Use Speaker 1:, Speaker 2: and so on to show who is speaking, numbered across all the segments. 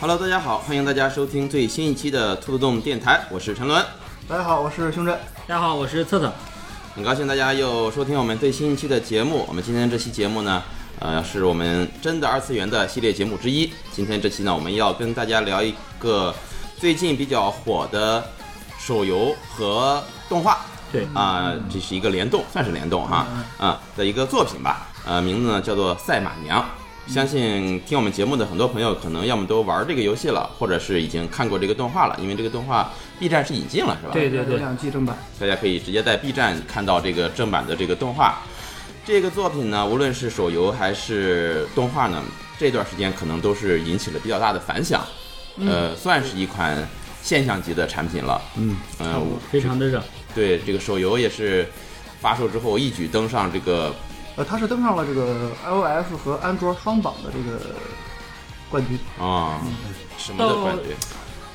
Speaker 1: Hello，大家好，欢迎大家收听最新一期的兔子洞电台，我是陈伦，
Speaker 2: 大家好，我是胸针。
Speaker 3: 大家好，我是策策。
Speaker 1: 很高兴大家又收听我们最新一期的节目。我们今天这期节目呢，呃，是我们真的二次元的系列节目之一。今天这期呢，我们要跟大家聊一个最近比较火的手游和动画
Speaker 3: 对
Speaker 1: 啊、这是一个联动，算是联动哈啊、的一个作品吧。呃，名字呢叫做《赛马娘》。相信听我们节目的很多朋友，可能要么都玩这个游戏了，或者是已经看过这个动画了，因为这个动画 B 站是引进了，是吧？
Speaker 3: 对对
Speaker 2: 有
Speaker 3: 对，
Speaker 2: 两季正版，
Speaker 1: 大家可以直接在 B 站看到这个正版的这个动画。这个作品呢，无论是手游还是动画呢，这段时间可能都是引起了比较大的反响，呃，算是一款现象级的产品了。
Speaker 3: 嗯，
Speaker 1: 呃，我
Speaker 3: 非常的热。
Speaker 1: 对这个手游也是发售之后一举登上这个
Speaker 2: 呃，它是登上了这个 iOS 和安卓双榜的这个冠军，
Speaker 1: 啊、什么的冠军，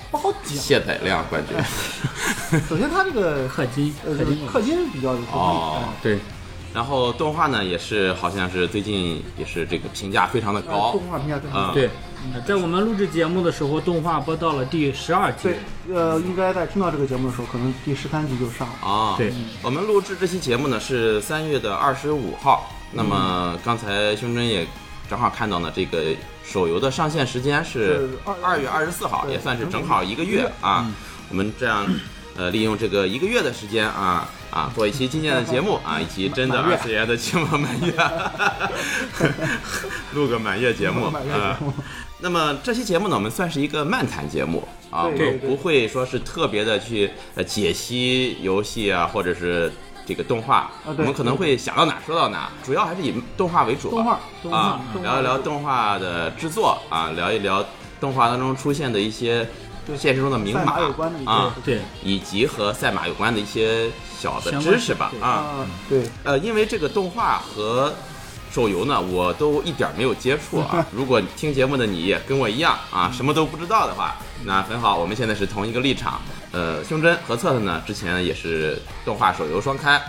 Speaker 2: 不好讲。
Speaker 1: 卸载量冠 军。
Speaker 2: 首先，它这个
Speaker 3: 氪金，
Speaker 2: 呃
Speaker 3: 氪金，
Speaker 2: 氪金比较有说服力
Speaker 1: 哦，
Speaker 3: 对，
Speaker 1: 然后动画呢，也是好像是最近也是这个评价非常的
Speaker 3: 哦
Speaker 2: 哎呃
Speaker 1: 高
Speaker 2: 动画评价更好。
Speaker 1: 啊、
Speaker 3: 对，在我们录制节目的时候，动画播到了第十二集
Speaker 2: 对。，呃，应该在听到这个节目的时候，可能第十三集就上了。
Speaker 1: 啊，
Speaker 3: 对，
Speaker 1: 我们录制这期节目呢是三月的二十五号，那么刚才胸针也正好看到呢，这个手游的上线时间是
Speaker 2: 是
Speaker 1: 二月二十四号，
Speaker 2: 对
Speaker 1: 也算是正好一个月啊。
Speaker 2: 嗯
Speaker 1: 我们这样，呃，利用这个一个月的时间啊啊，做一期今天的节目啊，一期真的
Speaker 2: 嗯满月
Speaker 1: 二次元的节目满月， 录个满月节目
Speaker 2: 买这个
Speaker 1: 啊
Speaker 2: 节。目，
Speaker 1: 那么这期节目呢，我们算是一个漫谈节目啊，我
Speaker 2: 对
Speaker 1: 们
Speaker 2: 对
Speaker 1: 不会说是特别的去呃解析游戏啊，或者是这个动画，我
Speaker 2: 啊对
Speaker 1: 们可能会想到哪儿说到哪儿，主要还是以动画为主吧。
Speaker 2: 动画，
Speaker 3: 动
Speaker 1: 啊
Speaker 3: 画，，
Speaker 2: 动画
Speaker 1: 聊一聊动画的制作啊，聊一聊动画当中出现的一些
Speaker 2: 对
Speaker 1: 现实中的名
Speaker 2: 赛
Speaker 1: 马
Speaker 2: 马有关的一
Speaker 1: 啊
Speaker 2: 个，
Speaker 3: 对，
Speaker 1: 以及和赛马有关的一些小的
Speaker 3: 相关
Speaker 1: 知识吧
Speaker 3: 对
Speaker 1: 啊。
Speaker 2: 啊，对，
Speaker 1: 呃，因为这个动画和手游呢，我都一点儿没有接触 啊。如果听节目的你也跟我一样啊，什么都不知道的话，那很好，我们现在是同一个立场。呃，胸针和策策呢，之前也是动画手游双开，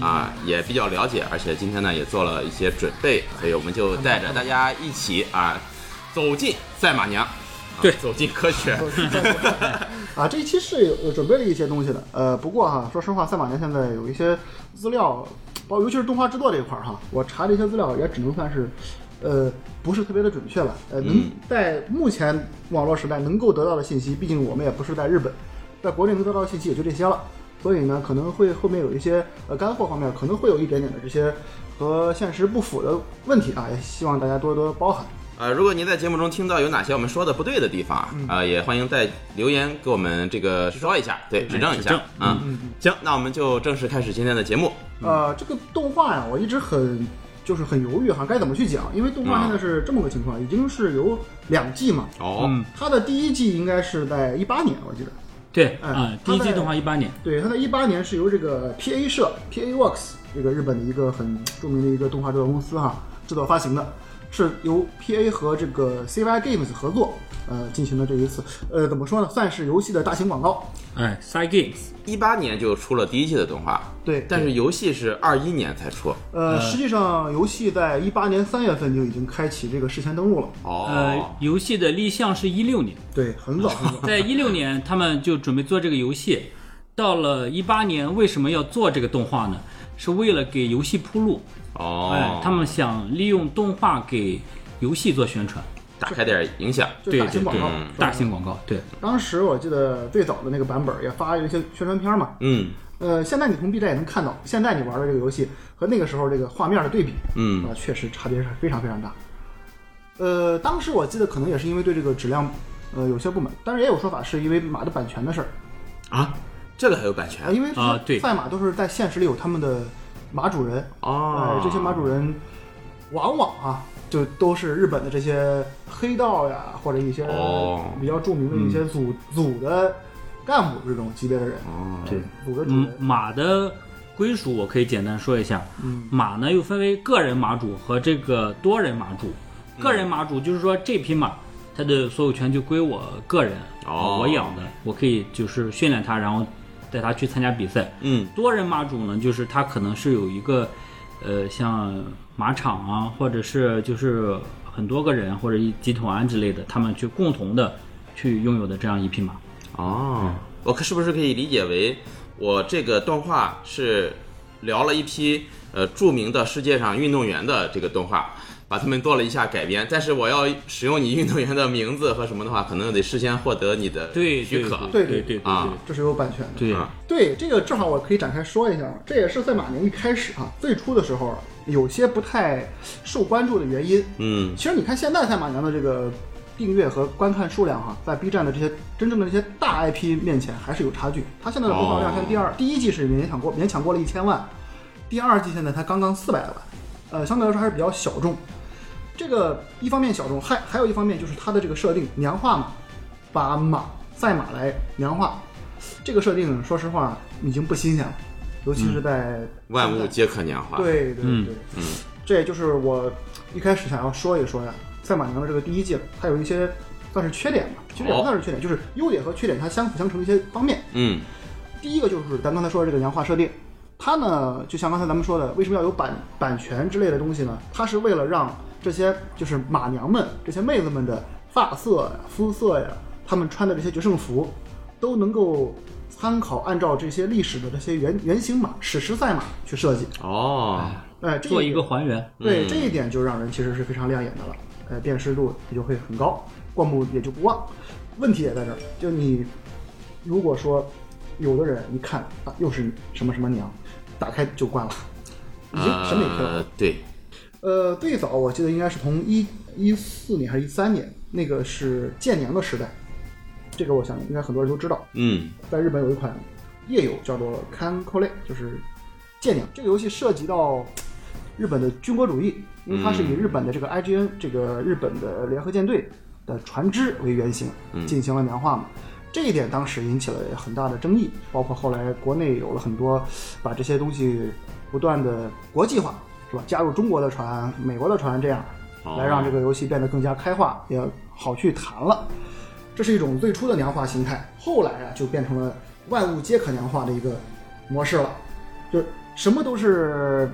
Speaker 1: 啊，也比较了解，而且今天呢也做了一些准备，所以我们就带着大家一起啊，走进赛马娘，啊
Speaker 3: 对
Speaker 1: 走进科学，
Speaker 2: 啊，这一期是有有准备了一些东西的，呃，不过哈，说实话，赛马娘现在有一些资料，包尤其是动画制作这一块儿哈，我查这些资料也只能算是，呃，不是特别的准确了，呃，能
Speaker 1: 嗯
Speaker 2: 在目前网络时代能够得到的信息，毕竟我们也不是在日本，在国内能得到的信息也就这些了，所以呢，可能会后面有一些呃干货方面可能会有一点点的这些和现实不符的问题啊，也希望大家多多包涵。
Speaker 1: 呃，如果您在节目中听到有哪些我们说的不对的地方啊，
Speaker 3: 嗯
Speaker 1: 呃，也欢迎在留言给我们这个说一下，对，指正一
Speaker 3: 哎指
Speaker 1: 下
Speaker 3: 正嗯
Speaker 1: 啊。行，那我们就正式开始今天的节目。
Speaker 2: 呃，这个动画呀，我一直很就是很犹豫哈，该怎么去讲，因为动画
Speaker 1: 嗯
Speaker 2: 现在是这么个情况，已经是有两季嘛。
Speaker 1: 哦，
Speaker 3: 嗯
Speaker 2: 它的第一季应该是在一八年，我记得。
Speaker 3: 对，
Speaker 2: 嗯
Speaker 3: 啊，
Speaker 2: 他
Speaker 3: 第一季
Speaker 2: 在
Speaker 3: 动画一八年，
Speaker 2: 对，它在一八年是由这个 PA 社 PA Works 这个日本的一个很著名的一个动画制作公司哈制作发行的，是由 PA 和这个 CY Games 合作，呃，进行了这一次，呃，怎么说呢，算是游戏的大型广告。
Speaker 3: 哎，Side Games，
Speaker 1: 一八年就出了第一季的动画，
Speaker 2: 对，
Speaker 1: 但是游戏是二一年才出。
Speaker 2: 呃，实际上游戏在一八年三月份就已经开启这个事前登录了。
Speaker 1: 哦
Speaker 3: 呃，游戏的立项是一六年，
Speaker 2: 对，很早 很早。
Speaker 3: 在一六年他们就准备做这个游戏，到了一八年为什么要做这个动画呢？是为了给游戏铺路，哎
Speaker 1: 哦，，
Speaker 3: 他们想利用动画给游戏做宣传，
Speaker 1: 打开点影响。
Speaker 2: 就是大型
Speaker 3: 对
Speaker 2: 广告，
Speaker 1: 嗯
Speaker 2: 是吧
Speaker 3: 大型广告，对，
Speaker 2: 当时我记得最早的那个版本也发了一些宣传片嘛。
Speaker 1: 嗯
Speaker 2: 呃，现在你从 B 站也能看到，现在你玩的这个游戏和那个时候这个画面的对比，
Speaker 1: 嗯
Speaker 2: 啊，确实差别是非常非常大。呃，当时我记得可能也是因为对这个质量，呃，有些不满，但是也有说法是因为马的版权的事儿，
Speaker 1: 啊，这个还有版权
Speaker 2: 啊，因为
Speaker 3: 啊对
Speaker 2: 赛马都是在现实里有他们的马主人，
Speaker 1: 哦
Speaker 2: 哎，这些马主人往往啊，就都是日本的这些黑道呀，或者一些
Speaker 1: 哦
Speaker 2: 比较著名的一些组、组的干部这种级别的人，
Speaker 3: 哎
Speaker 1: 哦，
Speaker 3: 对
Speaker 2: 组的主
Speaker 3: 嗯，
Speaker 2: 人，
Speaker 3: 马的归属我可以简单说一下，
Speaker 1: 嗯
Speaker 3: 马呢又分为个人马主和这个多人马主。
Speaker 1: 嗯
Speaker 3: 个人马主就是说这匹马，它的所有权就归我个人，
Speaker 1: 哦
Speaker 3: 我养的，我可以就是训练它，然后带它去参加比赛。
Speaker 1: 嗯
Speaker 3: 多人马主呢，就是他可能是有一个，呃，像马场啊，或者是就是很多个人或者一集团之类的，他们去共同的去拥有的这样一匹马。
Speaker 1: 哦，我可是不是可以理解为，我这个动画是聊了一批呃著名的世界上运动员的这个动画，把他们做了一下改编。但是我要使用你运动员的名字和什么的话，可能得事先获得你的
Speaker 3: 对，
Speaker 1: 许
Speaker 3: 对
Speaker 1: 可。
Speaker 3: 对
Speaker 2: 对
Speaker 3: 对对
Speaker 1: 啊
Speaker 2: 这是有版权的。
Speaker 3: 对
Speaker 1: 啊
Speaker 2: 对，这个正好我可以展开说一下，这也是在马宁一开始啊，最初的时候有些不太受关注的原因。
Speaker 1: 嗯
Speaker 2: 其实你看现在赛马娘的这个订阅和观看数量哈、在 B 站的这些真正的这些大 IP 面前还是有差距。它现在的播放量像第二、第一季是勉强过勉强过了一千万，第二季现在才刚刚四百万，呃，相对来说还是比较小众。这个一方面小众，还还有一方面就是它的这个设定娘化马，把马赛马来娘化，这个设定说实话已经不新鲜了，尤其是在、
Speaker 1: 嗯万物皆可娘化。，
Speaker 2: 对对对，
Speaker 3: 嗯
Speaker 1: 嗯
Speaker 2: 这也就是我一开始想要说一说呀，赛马娘的这个第一季，它有一些算是缺点吧，其
Speaker 1: 哦
Speaker 2: 实也不算是缺点，就是优点和缺点它相辅相成的一些方面。
Speaker 1: 嗯
Speaker 2: 第一个就是咱刚才说的这个娘化设定，它呢就像刚才咱们说的，为什么要有版版权之类的东西呢？它是为了让这些就是马娘们、这些妹子们的发色呀、肤色呀，她们穿的这些决胜服，都能够参考按照这些历史的这些原原型马、史诗赛马去设计。
Speaker 1: 哦，
Speaker 2: 哎，这
Speaker 3: 做一
Speaker 2: 点
Speaker 3: 个还原。
Speaker 2: 对、
Speaker 1: 嗯
Speaker 2: 这一点就让人其实是非常亮眼的了，呃，辨识度也就会很高，过目也就不忘。问题也在这儿，就你如果说有的人一看啊，又是什么什么娘，打开就关了，已经审美疲劳了。
Speaker 1: 呃，对，
Speaker 2: 呃，最早我记得应该是从一一四年还是一三年，那个是建娘的时代，这个我想应该很多人都知道。
Speaker 1: 嗯
Speaker 2: 在日本有一款页游叫做《Can c o l e 就是舰鸟。这个游戏涉及到日本的军国主义，因为它是以日本的这个 IGN 这个日本的联合舰队的船只为原型进行了娘化嘛。这一点当时引起了很大的争议，包括后来国内有了很多把这些东西不断的国际化，是吧？加入中国的船、美国的船这样，
Speaker 1: 哦
Speaker 2: 来让这个游戏变得更加开化，也好去谈了。这是一种最初的娘化形态，后来啊就变成了万物皆可娘化的一个模式了，就是什么都是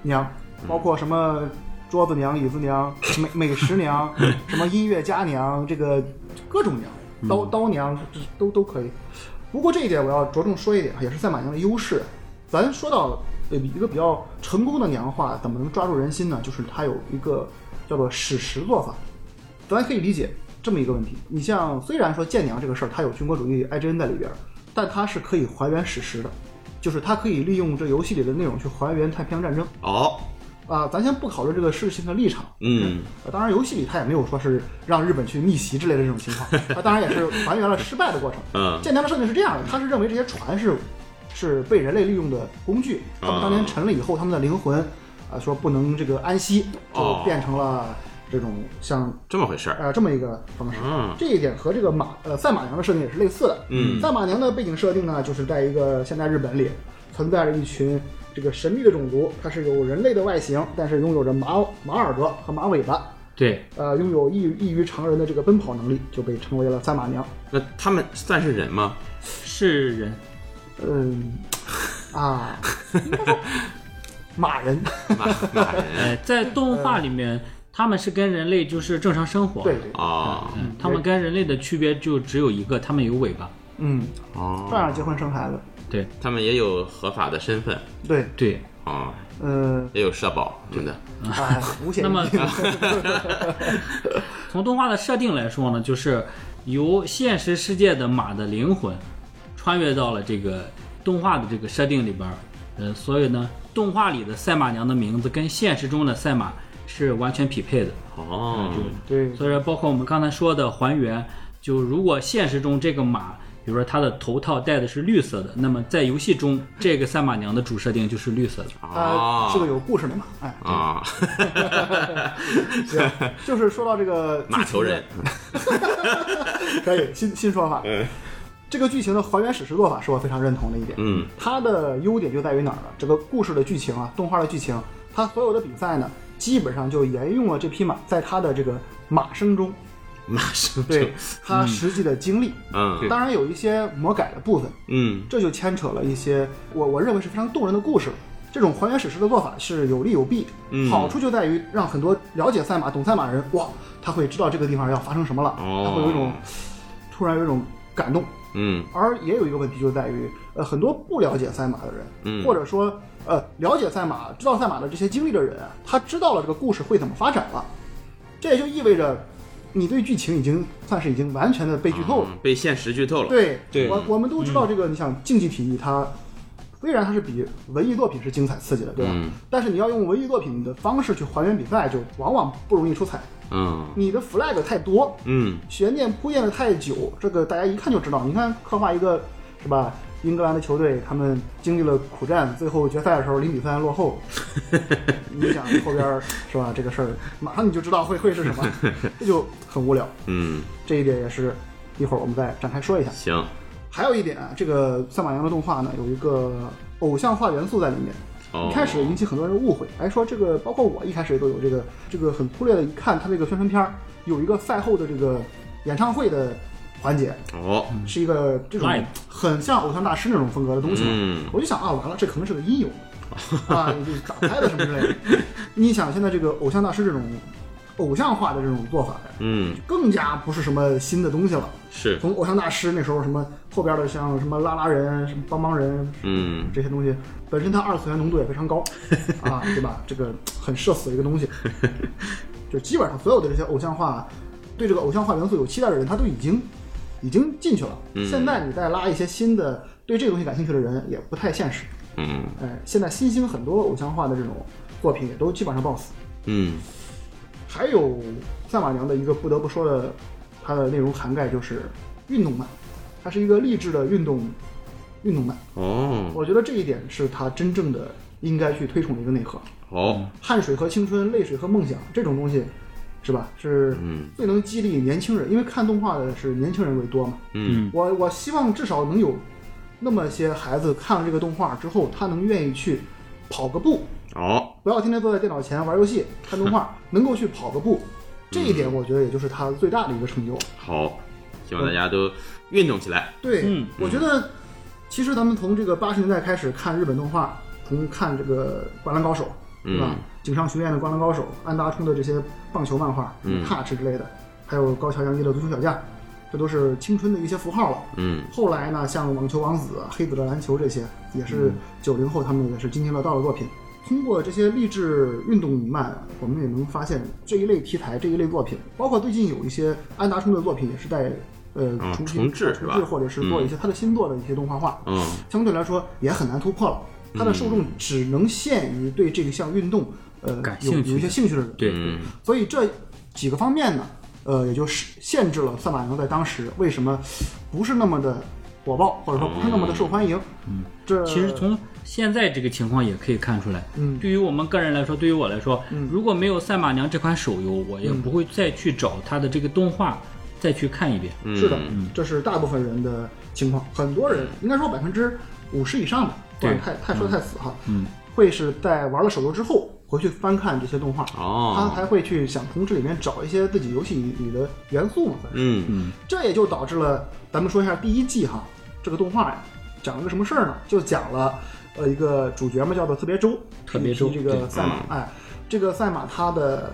Speaker 2: 娘，包括什么桌子娘、椅子娘、美美食娘、什么音乐家娘，这个各种娘，刀刀娘这都都可以。不过这一点我要着重说一点，也是赛马娘的优势。咱说到呃一个比较成功的娘化怎么能抓住人心呢？就是它有一个叫做史实做法。咱可以理解这么一个问题：你像虽然说建娘这个事儿，它有军国主义 IGN 在里边儿，但它是可以还原史实的，就是它可以利用这游戏里的内容去还原太平洋战争
Speaker 1: 哦，
Speaker 2: 啊、咱先不考虑这个事情的立场，
Speaker 1: 嗯
Speaker 2: 呃当然游戏里它也没有说是让日本去逆袭之类的这种情况，它当然也是还原了失败的过程。
Speaker 1: 嗯
Speaker 2: 建娘的设定是这样的，他是认为这些船是是被人类利用的工具，
Speaker 1: 啊
Speaker 2: 他们当年沉了以后，他们的灵魂啊、说不能这个安息，就
Speaker 1: 哦
Speaker 2: 变成了这种像
Speaker 1: 这么回事儿。
Speaker 2: 呃这么一个方式。
Speaker 1: 嗯
Speaker 2: 这一点和这个马呃赛马娘的设定也是类似的。
Speaker 1: 嗯
Speaker 2: 赛马娘的背景设定呢，就是在一个现代日本里存在着一群这个神秘的种族，它是有人类的外形，但是拥有着马马耳朵和马尾巴，
Speaker 3: 对，
Speaker 2: 呃，拥有异于异于常人的这个奔跑能力，就被称为了赛马娘。
Speaker 1: 那他们算是人吗？
Speaker 3: 是人，
Speaker 2: 嗯，啊，应该说 马人，
Speaker 1: 马马人
Speaker 3: 呃，在动画里面，他们是跟人类就是正常生活。
Speaker 2: 对对，
Speaker 1: 哦
Speaker 3: 嗯，他们跟人类的区别就只有一个，他们有尾巴。
Speaker 2: 嗯，照
Speaker 1: 哦，
Speaker 2: 样结婚生孩子，
Speaker 3: 对
Speaker 1: 他们也有合法的身份
Speaker 2: 对，
Speaker 3: 对，
Speaker 1: 哦，
Speaker 2: 呃，
Speaker 1: 也有社保什么的。
Speaker 2: 哎，无险一
Speaker 3: 那么
Speaker 2: 金，
Speaker 3: 从动画的设定来说呢，就是由现实世界的马的灵魂穿越到了这个动画的这个设定里边儿，呃，所以呢，动画里的赛马娘的名字跟现实中的赛马是完全匹配的。
Speaker 1: 哦，
Speaker 2: 对，
Speaker 3: 所以说，包括我们刚才说的还原，就如果现实中这个马，比如说它的头套戴的是绿色的，那么在游戏中，这个赛马娘的主设定就是绿色的。
Speaker 2: 他
Speaker 1: 啊
Speaker 2: 呃是个有故事的嘛，哎，
Speaker 1: 啊，
Speaker 2: 行，就是说到这个
Speaker 1: 马头 人，
Speaker 2: 可以新新说法。
Speaker 1: 嗯
Speaker 2: 这个剧情的还原史诗做法是我非常认同的一点。
Speaker 1: 嗯，
Speaker 2: 它的优点就在于哪儿呢？这个故事的剧情啊，动画的剧情，它所有的比赛呢，基本上就沿用了这匹马在它的这个马声中，
Speaker 1: 马是
Speaker 2: 对它实际的经历。
Speaker 1: 嗯
Speaker 2: 当然有一些魔改的部分，
Speaker 1: 嗯
Speaker 2: 这就牵扯了一些我我认为是非常动人的故事。这种还原史诗的做法是有利有弊，
Speaker 1: 嗯
Speaker 2: 好处就在于让很多了解赛马、懂赛马的人，哇，他会知道这个地方要发生什么了，
Speaker 1: 哦
Speaker 2: 他会有一种突然有一种感动。
Speaker 1: 嗯
Speaker 2: 而也有一个问题就在于，呃，很多不了解赛马的人，
Speaker 1: 嗯
Speaker 2: 或者说呃了解赛马、知道赛马的这些经历的人，他知道了这个故事会怎么发展了，这也就意味着你对剧情已经算是已经完全的被剧透了。
Speaker 1: 嗯被现实剧透了。
Speaker 2: 对，
Speaker 4: 对
Speaker 2: 我我们都知道这个，你想竞技体育它。虽然它是比文艺作品是精彩刺激的，对吧？
Speaker 1: 嗯
Speaker 2: 但是你要用文艺作品的方式去还原比赛，就往往不容易出彩。
Speaker 1: 嗯
Speaker 2: 你的 flag 太多，
Speaker 1: 嗯
Speaker 2: 悬念铺垫的太久，这个大家一看就知道。你看刻画一个是吧？英格兰的球队，他们经历了苦战，最后决赛的时候零比三落后，你想后边儿是吧？这个事儿马上你就知道会会是什么，这就很无聊。
Speaker 1: 嗯，
Speaker 2: 这一点也是一会儿我们再展开说一下。
Speaker 1: 行，
Speaker 2: 还有一点啊，这个赛马娘的动画呢有一个偶像化元素在里面。
Speaker 1: 哦
Speaker 2: 一开始引起很多人误会，哎，说这个包括我一开始也都有这个这个很忽略的，一看它这个宣传片儿有一个赛后的这个演唱会的环节，
Speaker 1: 哦，
Speaker 2: 是一个这种
Speaker 3: Live
Speaker 2: 很像偶像大师那种风格的东西嘛。
Speaker 1: 嗯
Speaker 2: 我就想啊，完了，这可能是个音游 啊，就是打开的什么之类的。你想现在这个偶像大师这种偶像化的这种做法，
Speaker 1: 嗯
Speaker 2: 更加不是什么新的东西了。
Speaker 1: 是，
Speaker 2: 从偶像大师那时候什么后边的像什么拉拉人、什么帮帮人，
Speaker 1: 嗯
Speaker 2: 这些东西本身它二次元浓度也非 常高啊，对吧？这个很社死的一个东西，就基本上所有的这些偶像化，对这个偶像化元素有期待的人，他都已经已经进去了。
Speaker 1: 嗯
Speaker 2: 现在你再拉一些新的对这个东西感兴趣的人，也不太现实。
Speaker 1: 嗯
Speaker 2: 哎，现在新兴很多偶像化的这种作品也都基本上 BOSS。
Speaker 1: 嗯
Speaker 2: 还有赛马娘的一个不得不说的，它的内容涵盖就是运动漫，它是一个励志的运动运动漫。
Speaker 1: 哦，
Speaker 2: 我觉得这一点是它真正的应该去推崇的一个内核。
Speaker 1: 好，
Speaker 2: 汗水和青春，泪水和梦想这种东西，是吧？是
Speaker 1: 嗯
Speaker 2: 最能激励年轻人，因为看动画的是年轻人为多嘛。
Speaker 1: 嗯
Speaker 2: 我我希望至少能有那么些孩子看了这个动画之后，他能愿意去跑个步，
Speaker 1: 哦，
Speaker 2: 不要天天坐在电脑前玩游戏、看动画，能够去跑个步，这一点我觉得也就是他最大的一个成就。
Speaker 1: 好，希望大家都运动起来。
Speaker 2: 对，
Speaker 3: 嗯
Speaker 2: 我觉得其实咱们从这个八十年代开始看日本动画，从看这个《灌篮高手》，对吧？
Speaker 1: 嗯
Speaker 2: 井上雄彦的《灌篮高手》，安达充的这些棒球漫画，
Speaker 1: 嗯
Speaker 2: Touch 之类的，还有高桥洋一的《足球小将》，这都是青春的一些符号了。
Speaker 1: 嗯
Speaker 2: 后来呢，像《网球王子》《黑子的篮球》这些，也
Speaker 1: 嗯
Speaker 2: 是九零后他们也是津津乐道的作品。通过这些励志运动漫，我们也能发现这一类题材、这一类作品，包括最近有一些安达充的作品也是在呃
Speaker 1: 嗯
Speaker 2: 重
Speaker 1: 重
Speaker 2: 新
Speaker 1: 制是
Speaker 2: 重
Speaker 1: 吧
Speaker 2: 制，或者是做一些他的新作的一些动画化，
Speaker 1: 嗯
Speaker 2: 相对来说也很难突破了。它的受众只能限于对这项运动呃
Speaker 3: 感
Speaker 2: 有
Speaker 3: 兴趣
Speaker 2: 有一些兴趣的人，
Speaker 3: 对，
Speaker 1: 嗯
Speaker 2: 所以这几个方面呢，呃，也就是限制了赛马娘在当时为什么不是那么的火爆，或者说不是那么的受欢迎。嗯，这
Speaker 3: 其实从现在这个情况也可以看出来，
Speaker 2: 嗯
Speaker 3: 对于我们个人来说，对于我来说，如果没有《赛马娘》这款手游，我也不会再去找它的这个动画再去看一遍。
Speaker 1: 嗯，
Speaker 2: 是的，这是大部分人的情况，很多人应该说百分之五十以上吧，不
Speaker 3: 对
Speaker 2: 敢太太说太死哈，嗯，会是在玩了手游之后回去翻看这些动画。他
Speaker 1: 哦，
Speaker 2: 还会去想从这里面找一些自己游戏里的元素嘛，算是
Speaker 1: 嗯
Speaker 2: 这也就导致了，咱们说一下第一季哈，这个动画呀，讲了个什么事儿呢？就讲了，呃，一个主角嘛，叫做特别周，
Speaker 3: 特别周嗯
Speaker 2: 一匹这个赛马，哎，这个赛马它的，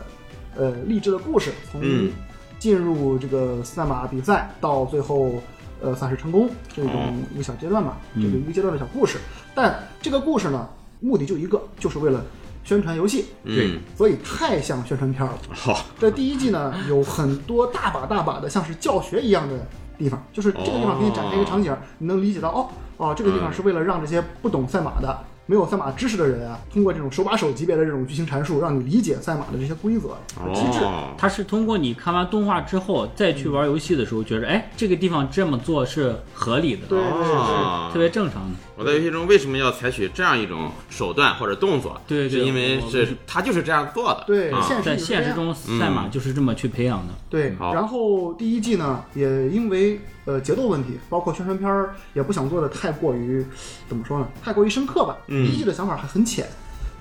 Speaker 2: 呃，励志的故事，从
Speaker 1: 嗯
Speaker 2: 进入这个赛马比赛到最后，呃，算是成功这种一个小阶段吧，这个一个阶段的小故事。但这个故事呢，目的就一个，就是为了宣传游戏，
Speaker 1: 嗯，
Speaker 2: 所以太像宣传片了。
Speaker 1: 好，
Speaker 2: 这第一季呢，有很多大把大把的像是教学一样的地方，就是这个地方给你展现一个场景，你能理解到哦哦，这个地方是为了让这些不懂赛马的、没有赛马知识的人啊，通过这种手把手级别的这种剧情阐述，让你理解赛马的这些规则和机制。
Speaker 1: 哦，
Speaker 3: 它是通过你看完动画之后再去玩游戏的时候，觉得哎，这个地方这么做是合理的，
Speaker 2: 对对对
Speaker 1: 哦
Speaker 3: 特别正常的。
Speaker 1: 我在游戏中为什么要采取这样一种手段或者动作？
Speaker 3: 对对
Speaker 1: 是因为
Speaker 3: 我
Speaker 1: 是他就是这样做的。
Speaker 2: 对
Speaker 1: 啊
Speaker 2: 现实
Speaker 3: 在
Speaker 2: 就是这
Speaker 3: 现
Speaker 2: 样
Speaker 3: 实中，赛马就是这么去培养的。
Speaker 2: 对，
Speaker 1: 嗯好
Speaker 2: 然后第一季呢，也因为呃节奏问题，包括宣传片儿也不想做的太过于怎么说呢，太过于深刻吧。
Speaker 1: 嗯
Speaker 2: 第一季的想法还很浅，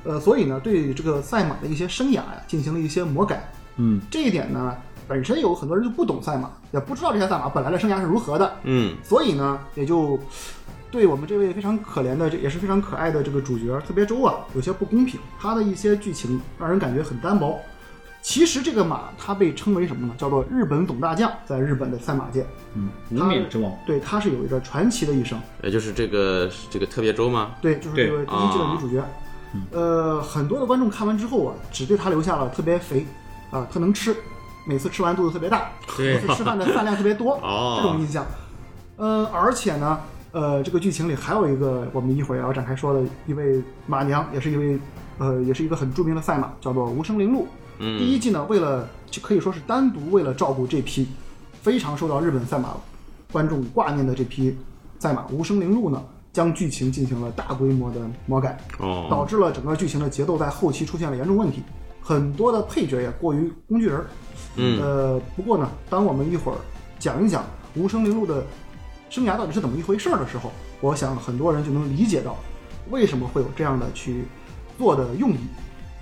Speaker 2: 呃，所以呢，对这个赛马的一些生涯呀进行了一些魔改。
Speaker 3: 嗯，
Speaker 2: 这一点呢，本身有很多人就不懂赛马，也不知道这些赛马本来的生涯是如何的，
Speaker 1: 嗯
Speaker 2: 所以呢，也就对我们这位非常可怜的，这也是非常可爱的这个主角特别周啊，有些不公平。他的一些剧情让人感觉很单薄。其实这个马它被称为什么呢？叫做日本总大将，在日本的赛马界，
Speaker 3: 嗯，无冕之王，
Speaker 2: 对，它是有一个传奇的一生。
Speaker 1: 也就是这个这个特别周吗？
Speaker 2: 对，就是
Speaker 3: 对啊嗯
Speaker 2: 这个第一季的女主角。呃，很多的观众看完之后啊，只对她留下了特别肥啊，特能吃，每次吃完肚子特别大，
Speaker 3: 对
Speaker 2: 每次吃饭的饭量特别 多，
Speaker 1: 哦
Speaker 2: 这种印象。呃，而且呢，呃，这个剧情里还有一个我们一会儿也要展开说的一位马娘，也是一位呃，也是一个很著名的赛马，叫做无声铃鹿。
Speaker 1: 嗯
Speaker 2: 第一季呢，为了就可以说是单独为了照顾这批非常受到日本赛马观众挂念的这批赛马无声铃鹿呢，将剧情进行了大规模的魔改，
Speaker 1: 哦
Speaker 2: 导致了整个剧情的节奏在后期出现了严重问题，很多的配角也过于工具人儿。
Speaker 1: 嗯
Speaker 2: 呃，不过呢，当我们一会儿讲一讲无声铃鹿的生涯到底是怎么一回事儿的时候，我想很多人就能理解到为什么会有这样的去做的用意。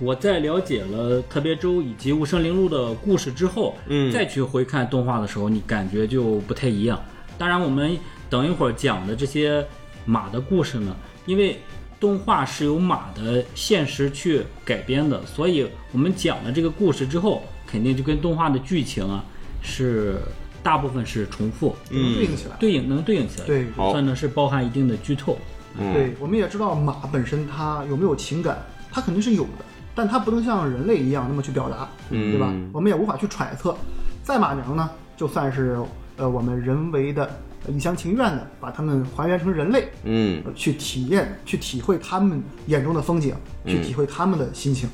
Speaker 3: 我在了解了特别周以及无声铃鹿的故事之后，
Speaker 1: 嗯
Speaker 3: 再去回看动画的时候，你感觉就不太一样。当然，我们等一会儿讲的这些马的故事呢，因为动画是由马的现实去改编的，所以我们讲了这个故事之后，肯定就跟动画的剧情啊是大部分是重复，
Speaker 1: 嗯
Speaker 2: 能对应起来。
Speaker 3: 对应能对应起来，
Speaker 2: 嗯对
Speaker 1: 好
Speaker 3: 算呢是包含一定的剧透。
Speaker 1: 嗯，
Speaker 2: 对，我们也知道马本身它有没有情感，它肯定是有的，但它不能像人类一样那么去表达，
Speaker 1: 嗯
Speaker 2: 对吧？我们也无法去揣测。赛马娘呢，就算是呃我们人为的呃一厢情愿的把它们还原成人类，
Speaker 1: 嗯
Speaker 2: 呃去体验、去体会他们眼中的风景，去
Speaker 1: 嗯
Speaker 2: 体会他们的心情。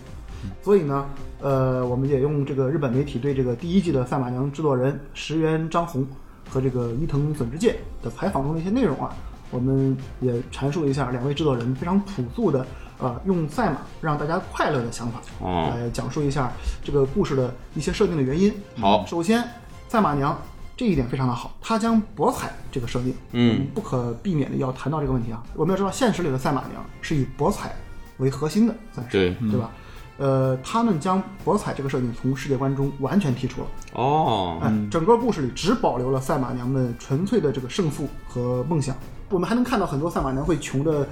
Speaker 2: 所以呢，呃，我们也用这个日本媒体对这个第一季的《赛马娘》制作人石原张宏和这个伊藤隼之介的采访中的一些内容啊，我们也阐述了一下两位制作人非常朴素的呃用赛马让大家快乐的想法，
Speaker 1: 哦
Speaker 2: 来讲述一下这个故事的一些设定的原因。
Speaker 1: 好
Speaker 2: 首先，赛马娘这一点非常的好，她将博彩这个设定，
Speaker 1: 嗯，
Speaker 2: 不可避免的要谈到这个问题啊。我们要知道，现实里的赛马娘是以博彩为核心的，算是
Speaker 1: 对
Speaker 2: 对吧？呃，他们将博彩这个设定从世界观中完全剔除了，
Speaker 1: 哦
Speaker 2: 哎，整个故事里只保留了赛马娘们纯粹的这个胜负和梦想。我们还能看到很多赛马娘会穷的，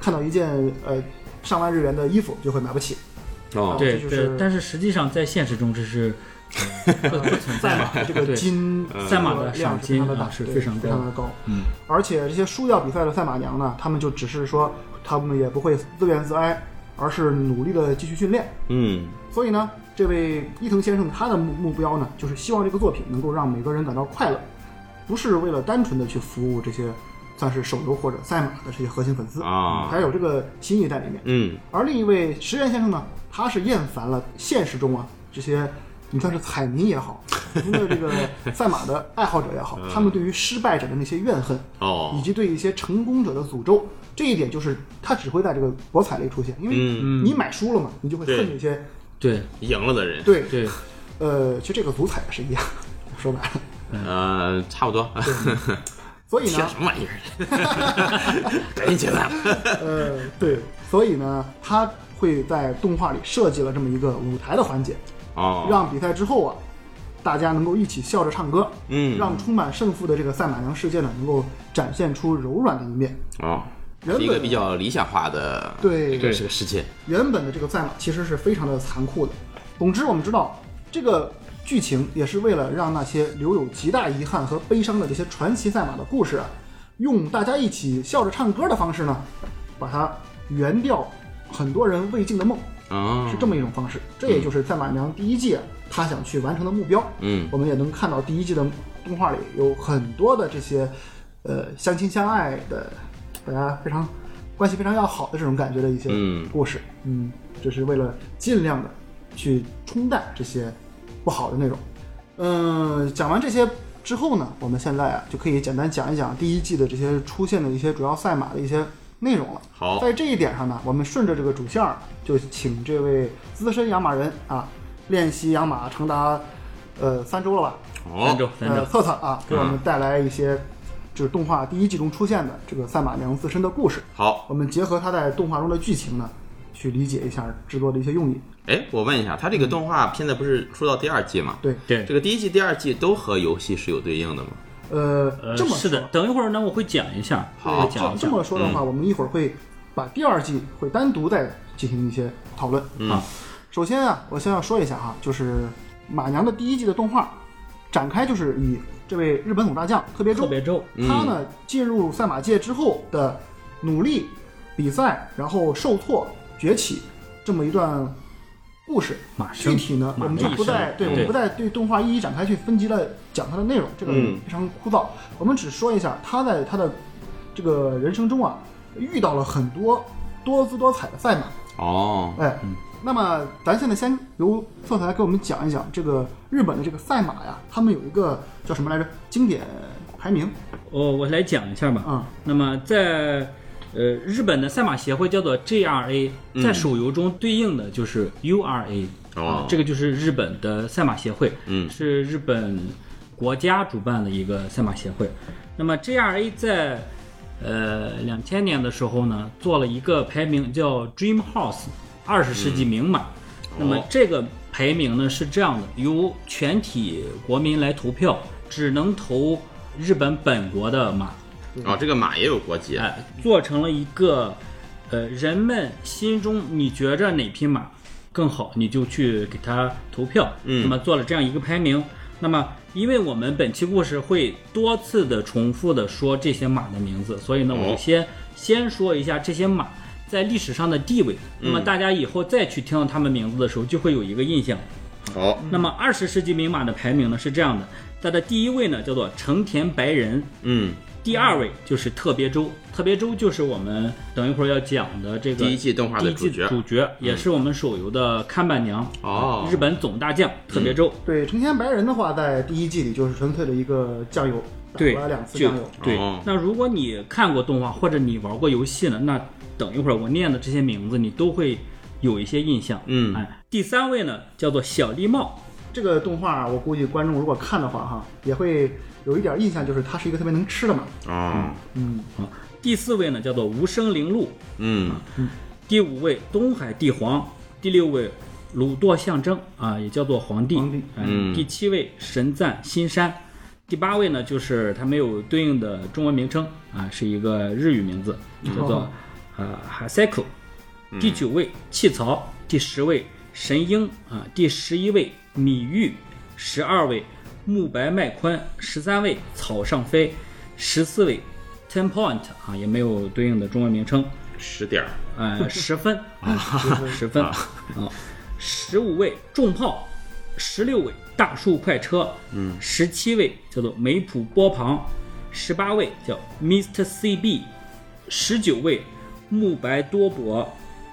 Speaker 2: 看到一件呃上万日元的衣服就会买不起，
Speaker 1: 哦
Speaker 2: 对这
Speaker 3: 对
Speaker 2: 就
Speaker 3: 对
Speaker 2: 是，呃
Speaker 3: 但是实际上在现实中这是
Speaker 2: 赛 马这个
Speaker 3: 对嗯
Speaker 2: 金呃
Speaker 3: 赛马的赏
Speaker 2: 量是非常的
Speaker 3: 金
Speaker 2: 大，
Speaker 3: 啊是
Speaker 2: 对
Speaker 3: 非
Speaker 2: 常
Speaker 3: 常高
Speaker 2: 的高。嗯，而且这些输掉比赛的赛马娘呢，他们就只是说，他们也不会自怨自哀，而是努力的继续训练。
Speaker 1: 嗯
Speaker 2: 所以呢，这位伊藤先生他的目目标呢，就是希望这个作品能够让每个人感到快乐，不是为了单纯的去服务这些算是手游或者赛马的这些核心粉丝
Speaker 1: 啊
Speaker 2: 还有这个心意在里面。
Speaker 1: 嗯
Speaker 2: 而另一位石原先生呢，他是厌烦了现实中啊这些，你算是彩民也好，普通的这个赛马的爱好者也好，他们对于失败者的那些怨恨，以
Speaker 1: 哦
Speaker 2: 及对一些成功者的诅咒，这一点就是他只会在这个博彩类出现，因为
Speaker 1: 嗯
Speaker 2: 你买输了嘛，你就会恨
Speaker 1: 对
Speaker 2: 那些
Speaker 3: 对
Speaker 1: 赢了的人，
Speaker 2: 对，
Speaker 3: 对
Speaker 2: 呃，其实这个足彩也是一样，说白了，
Speaker 1: 呃，差不多，
Speaker 2: 所以
Speaker 1: 听
Speaker 2: 呢
Speaker 1: 什，么玩意儿？ 赶紧解散吧。
Speaker 2: 呃，对，所以呢，他会在动画里设计了这么一个舞台的环节，
Speaker 1: 哦，
Speaker 2: 让比赛之后啊，大家能够一起笑着唱歌，
Speaker 1: 嗯
Speaker 2: 让充满胜负的这个赛马娘世界呢，能够展现出柔软的一面。
Speaker 1: 哦，
Speaker 2: 原
Speaker 1: 是一个
Speaker 2: 本
Speaker 1: 比较理想化的，
Speaker 2: 对
Speaker 1: 这是个世界，
Speaker 2: 原本的这个赛马其实是非常的残酷的。总之，我们知道这个剧情也是为了让那些留有极大遗憾和悲伤的这些传奇赛马的故事啊，用大家一起笑着唱歌的方式呢，把它圆掉很多人未尽的梦，
Speaker 1: 嗯
Speaker 2: 是这么一种方式。这也就是赛马娘第一季啊，她想去完成的目标。
Speaker 1: 嗯
Speaker 2: 我们也能看到第一季的动画里有很多的这些，呃，相亲相爱的，大家非常关系非常要好的这种感觉的一些
Speaker 1: 嗯
Speaker 2: 故事，嗯，这是为了尽量的去冲淡这些不好的内容。嗯，讲完这些之后呢，我们现在啊就可以简单讲一讲第一季的这些出现的一些主要赛马的一些内容了。
Speaker 1: 好
Speaker 2: 在这一点上呢，我们顺着这个主线儿，就请这位资深养马人啊，练习养马长达呃三周了吧？
Speaker 3: 三
Speaker 1: 哦
Speaker 3: 周嗯三
Speaker 2: 呃，
Speaker 3: 周，
Speaker 2: 策策啊，给我们带来一些就是动画第一季中出现的这个赛马娘自身的故事。
Speaker 1: 好，
Speaker 2: 我们结合它在动画中的剧情呢，去理解一下制作的一些用意。
Speaker 1: 哎，我问一下，他这个动画现在不是出到第二季吗？
Speaker 2: 对，
Speaker 3: 对
Speaker 1: 这个第一季、第二季都和游戏是有对应的吗？
Speaker 2: 呃，
Speaker 3: 呃，
Speaker 2: 这么
Speaker 3: 是
Speaker 2: 说
Speaker 3: 的，等一会儿呢，我会讲一下，
Speaker 1: 好
Speaker 3: 会讲嗯
Speaker 2: 这
Speaker 3: 一
Speaker 2: 这
Speaker 3: 下。
Speaker 2: 么说的话，我们一会儿会把第二季会单独再进行一些讨论。
Speaker 1: 嗯
Speaker 3: 好，
Speaker 2: 首先啊，我先要说一下哈，就是马娘的第一季的动画展开就是以这位日本武大将特别
Speaker 3: 特
Speaker 2: 重，
Speaker 3: 别嗯咒，
Speaker 2: 他呢进入赛马界之后的努力、比赛，然后受挫、崛起这么一段故事。
Speaker 3: 马
Speaker 2: 具
Speaker 3: 生
Speaker 2: 体呢，
Speaker 3: 马
Speaker 2: 我们
Speaker 3: 的
Speaker 2: 就
Speaker 3: 一
Speaker 2: 不
Speaker 3: 生
Speaker 2: 再对，
Speaker 3: 嗯
Speaker 2: 我们不再对动画一一展开去分级的讲它的内容，这个
Speaker 1: 嗯
Speaker 2: 非常枯燥。我们只说一下他在他的这个人生中啊，遇到了很多多姿多彩的赛马。
Speaker 1: 哦，
Speaker 2: 哎，那么咱现在先由策才给我们讲一讲这个日本的这个赛马呀，他们有一个叫什么来着？经典排名
Speaker 3: 我哦我来讲一下吧。
Speaker 2: 啊，
Speaker 3: 那么在呃日本的赛马协会叫做 JRA，
Speaker 1: 嗯
Speaker 3: 在手游中对应的就是 URA，、
Speaker 1: 哦
Speaker 3: 啊，这个就是日本的赛马协会，
Speaker 1: 嗯
Speaker 3: 是日本国家主办的一个赛马协会。那么 JRA 在呃两千年的时候呢，做了一个排名叫 Dream House 二十世
Speaker 1: 嗯
Speaker 3: 纪名马。那
Speaker 1: 哦
Speaker 3: 么这个排名呢是这样的，由全体国民来投票，只能投日本本国的马。
Speaker 1: 哦，这个马也有国籍，啊
Speaker 3: 哎，做成了一个，呃，人们心中你觉着哪匹马更好，你就去给它投票。
Speaker 1: 嗯
Speaker 3: 那么做了这样一个排名。那么，因为我们本期故事会多次的重复的说这些马的名字，所以呢，
Speaker 1: 哦
Speaker 3: 我们先、先说一下这些马在历史上的地位。那
Speaker 1: 嗯
Speaker 3: 么大家以后再去听到他们名字的时候，就会有一个印象。
Speaker 1: 哦，
Speaker 3: 那么二十世纪名马的排名呢是这样的，它的第一位呢叫做成田白人，
Speaker 1: 嗯，
Speaker 3: 第二位就是特别周，特别周就是我们等一会儿要讲的这个
Speaker 1: 第一季动画的
Speaker 3: 第一
Speaker 1: 主
Speaker 3: 季
Speaker 1: 角，嗯
Speaker 3: 主角也是我们手游的看板娘，
Speaker 1: 哦，嗯
Speaker 3: 日本总大将特别周。
Speaker 2: 对成天白人的话，在第一季里就是纯粹的一个酱油，
Speaker 3: 对
Speaker 2: 打了两次
Speaker 3: 就
Speaker 2: 酱油。
Speaker 3: 对
Speaker 1: 哦，
Speaker 3: 那如果你看过动画或者你玩过游戏呢，那等一会儿我念的这些名字你都会有一些印象。
Speaker 1: 嗯
Speaker 3: 哎，第三位呢叫做小笠帽，
Speaker 2: 这个动画我估计观众如果看的话哈，也会有一点印象，就是它是一个特别能吃的嘛。
Speaker 1: 哦，
Speaker 2: 嗯，
Speaker 3: 啊，第四位呢叫做无声铃鹿，
Speaker 1: 嗯，
Speaker 3: 第五位东海帝皇，第六位鲁舵象征啊，也叫做皇帝。
Speaker 2: 皇帝
Speaker 3: 哎
Speaker 1: 嗯
Speaker 3: 第七位神赞新山，第八位呢就是它没有对应的中文名称啊，是一个日语名字，叫做
Speaker 2: 哦
Speaker 3: 呃海塞口。第九位弃曹，第十位神鹰啊，第十一位米玉，十二位慕白麦宽，十三位草上飞，十四位 Ten Point 啊，也没有对应的中文名称。
Speaker 1: 十点儿，
Speaker 3: 呃， 十分啊，十分啊，十五位重炮，十六位大树快车，嗯，十七位叫做梅普波旁，十八位叫 Mr. CB，十九位慕白多博，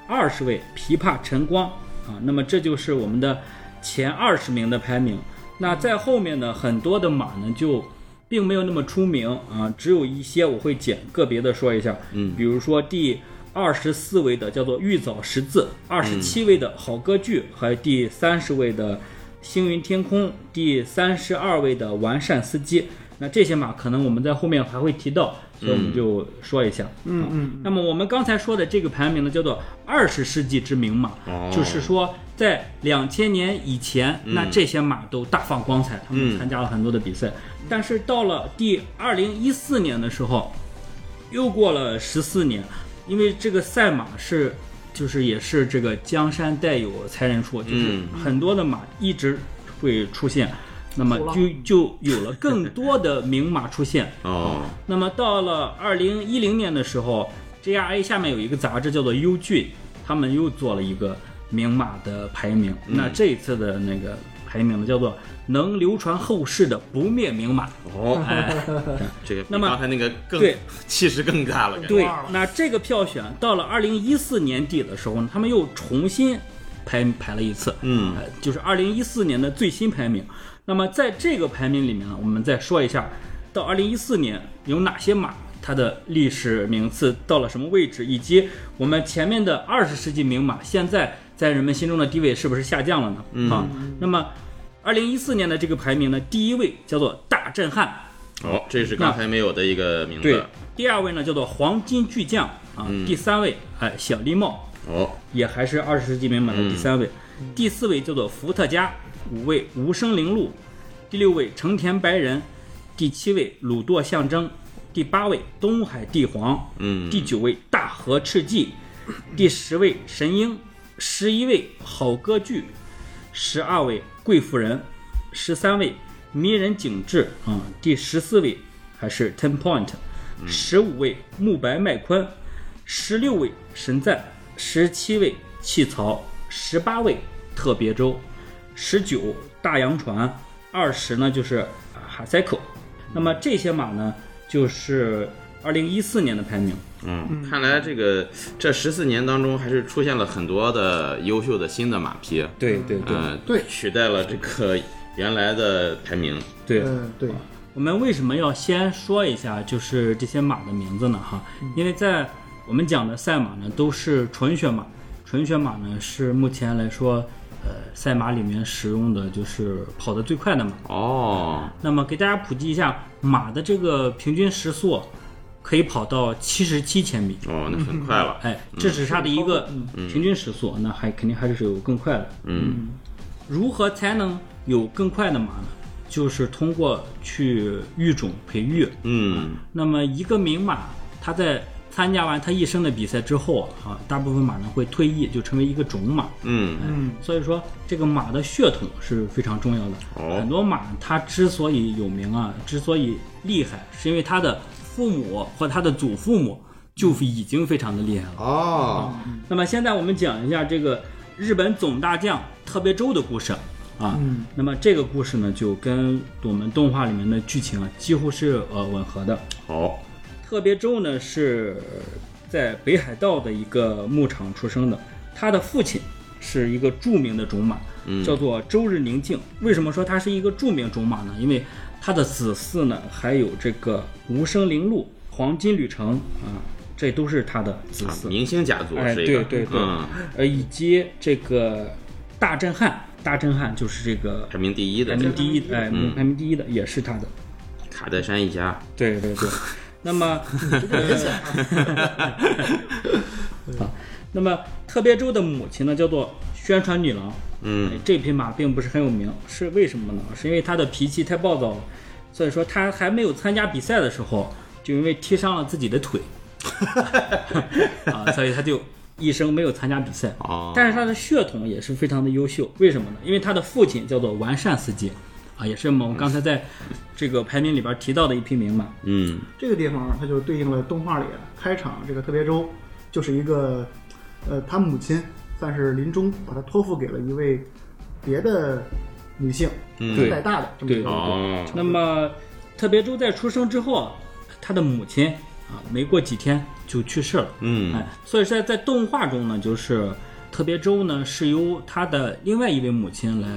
Speaker 3: 二十位琵琶晨光啊，那么这就是我们的前二十名的排名。那在后面呢，很多的马呢就并没有那么出名啊，只有一些我会简个别的说一下，嗯，比如说第二十四位的叫做玉藻十字，二十七位的好歌剧，还有第三十位的星云天空，第三十二位的完善司机。那这些马可能我们在后面还会提到，所以我们就说一下。嗯嗯。那么我们刚才说的这个排名呢，叫做二十世纪之名马，
Speaker 1: 哦
Speaker 3: 就是说在两千年以前，那这些马都大放光彩，他们参加了很多的比赛。但是到了第二零一四年的时候，又过了十四年，因为这个赛马是，就是也是这个江山代有才人出，就是很多的马一直会出现，那么
Speaker 2: 流浪
Speaker 3: 就就有了更多的名马出现。
Speaker 1: 哦，
Speaker 3: 那么到了二零一零年的时候，JRA 下面有一个杂志叫做《优俊》，他们又做了一个名马的排名。那这一次的那个排名呢，叫做“能流传后世的不灭名马”。
Speaker 1: 哦，
Speaker 3: 哎，
Speaker 1: 这个比
Speaker 3: 那么
Speaker 1: 刚才那个更
Speaker 3: 对
Speaker 1: 气势更大了，感觉，
Speaker 3: 对
Speaker 2: 忘了，
Speaker 3: 那这个票选到了二零一四年底的时候呢，他们又重新排排了一次，
Speaker 1: 嗯
Speaker 3: 呃，就是二零一四年的最新排名。那么在这个排名里面呢，我们再说一下，到二零一四年有哪些马，它的历史名次到了什么位置，以及我们前面的二十世纪名马现在在人们心中的地位是不是下降了呢？啊，那么二零一四年的这个排名呢，第一位叫做大震撼。
Speaker 1: 哦，这是刚才没有的一个名
Speaker 3: 对
Speaker 1: 字，，
Speaker 3: 第二位呢叫做黄金巨匠啊，第三位哎小笠帽，
Speaker 1: 哦，
Speaker 3: 也还是二十世纪名马的第三位，第四位叫做伏特加，五位无声铃鹿，第六位成田白人，第七位鲁舵象征，第八位东海帝皇，
Speaker 1: 嗯
Speaker 3: 第九位大和赤纪，第十位神鹰，十一位好歌剧，十二位贵妇人，十三位迷人景致啊、第十四位还是 Ten Point，十五位慕白麦昆，十六位神赞，十七位弃曹，十八位特别州，十九大洋船，二十呢就是哈塞口。那么这些马呢，就是二零一四年的排名。
Speaker 1: 嗯，看来这个这十四年当中，还是出现了很多的优秀的新的马匹，
Speaker 3: 对对对、
Speaker 1: 呃，
Speaker 2: 对
Speaker 1: 取代了这个原来的排名。
Speaker 3: 对。
Speaker 2: 嗯，对，
Speaker 3: 我们为什么要先说一下就是这些马的名字呢？哈，因为在我们讲的赛马呢都是纯血马，纯血马呢是目前来说，呃，赛马里面使用的就是跑得最快的马。
Speaker 1: 哦，
Speaker 3: 那么给大家普及一下，马的这个平均时速可以跑到七十七千米。
Speaker 1: 哦，那很快了。
Speaker 3: 哎，这只是它的一个平均时速，那还肯定还是有更快的。
Speaker 1: 嗯，
Speaker 3: 如何才能有更快的马呢？就是通过去育种培育。
Speaker 1: 嗯，
Speaker 3: 那么一个名马，它在参加完它一生的比赛之后啊，大部分马呢会退役，就成为一个种马。
Speaker 1: 嗯，
Speaker 2: 嗯，
Speaker 3: 所以说，这个马的血统是非常重要的。
Speaker 1: 哦
Speaker 3: 很多马它之所以有名啊，之所以厉害，是因为它的父母或它的祖父母就已经非常的厉害了。啊
Speaker 1: 哦，
Speaker 3: 那么现在我们讲一下这个日本总大将特别周的故事啊。
Speaker 2: 嗯
Speaker 3: 那么这个故事呢，就跟我们动画里面的剧情啊几乎是呃吻合的。
Speaker 1: 好，
Speaker 3: 特别周呢是在北海道的一个牧场出生的，他的父亲是一个著名的种马，
Speaker 1: 嗯
Speaker 3: 叫做周日宁静。为什么说他是一个著名种马呢？因为他的子嗣呢还有这个无声铃鹿、黄金旅程啊，这都是他的子
Speaker 1: 啊
Speaker 3: 嗣。
Speaker 1: 明星家族
Speaker 3: 哎，
Speaker 1: 是一个，
Speaker 3: 对对对
Speaker 1: 嗯，
Speaker 3: 呃，以及这个大震撼，大震撼就是这个
Speaker 1: 排名第一的
Speaker 3: 排
Speaker 1: 这
Speaker 3: 名
Speaker 1: 个嗯
Speaker 3: 第一，哎，排名第一的也是他的，
Speaker 1: 卡戴珊一家，
Speaker 3: 对对对。 那么，啊，那么特别周的母亲呢，叫做宣传女郎。哎
Speaker 1: 嗯，
Speaker 3: 这匹马并不是很有名，是为什么呢？是因为它的脾气太暴躁了，所以说它还没有参加比赛的时候，就因为踢伤了自己 的腿，啊，所以它就一生没有参加比赛。
Speaker 1: 哦，
Speaker 3: 但是他的血统也是非常的优秀，为什么呢？因为他的父亲叫做完善司机，啊，也是我们刚才在这个排名里边提到的一匹名马。
Speaker 1: 嗯，
Speaker 2: 这个地方它就对应了动画里开场这个特别周，就是一个，呃，他母亲算是临终把他托付给了一位别的女性，
Speaker 1: 嗯
Speaker 2: 给她带大的这么一
Speaker 3: 对
Speaker 2: 个
Speaker 1: 哦，
Speaker 3: 那么特别周在出生之后啊，他的母亲啊，没过几天就去世了。
Speaker 1: 嗯
Speaker 3: 哎，所以说在动画中呢，就是特别周呢是由他的另外一位母亲来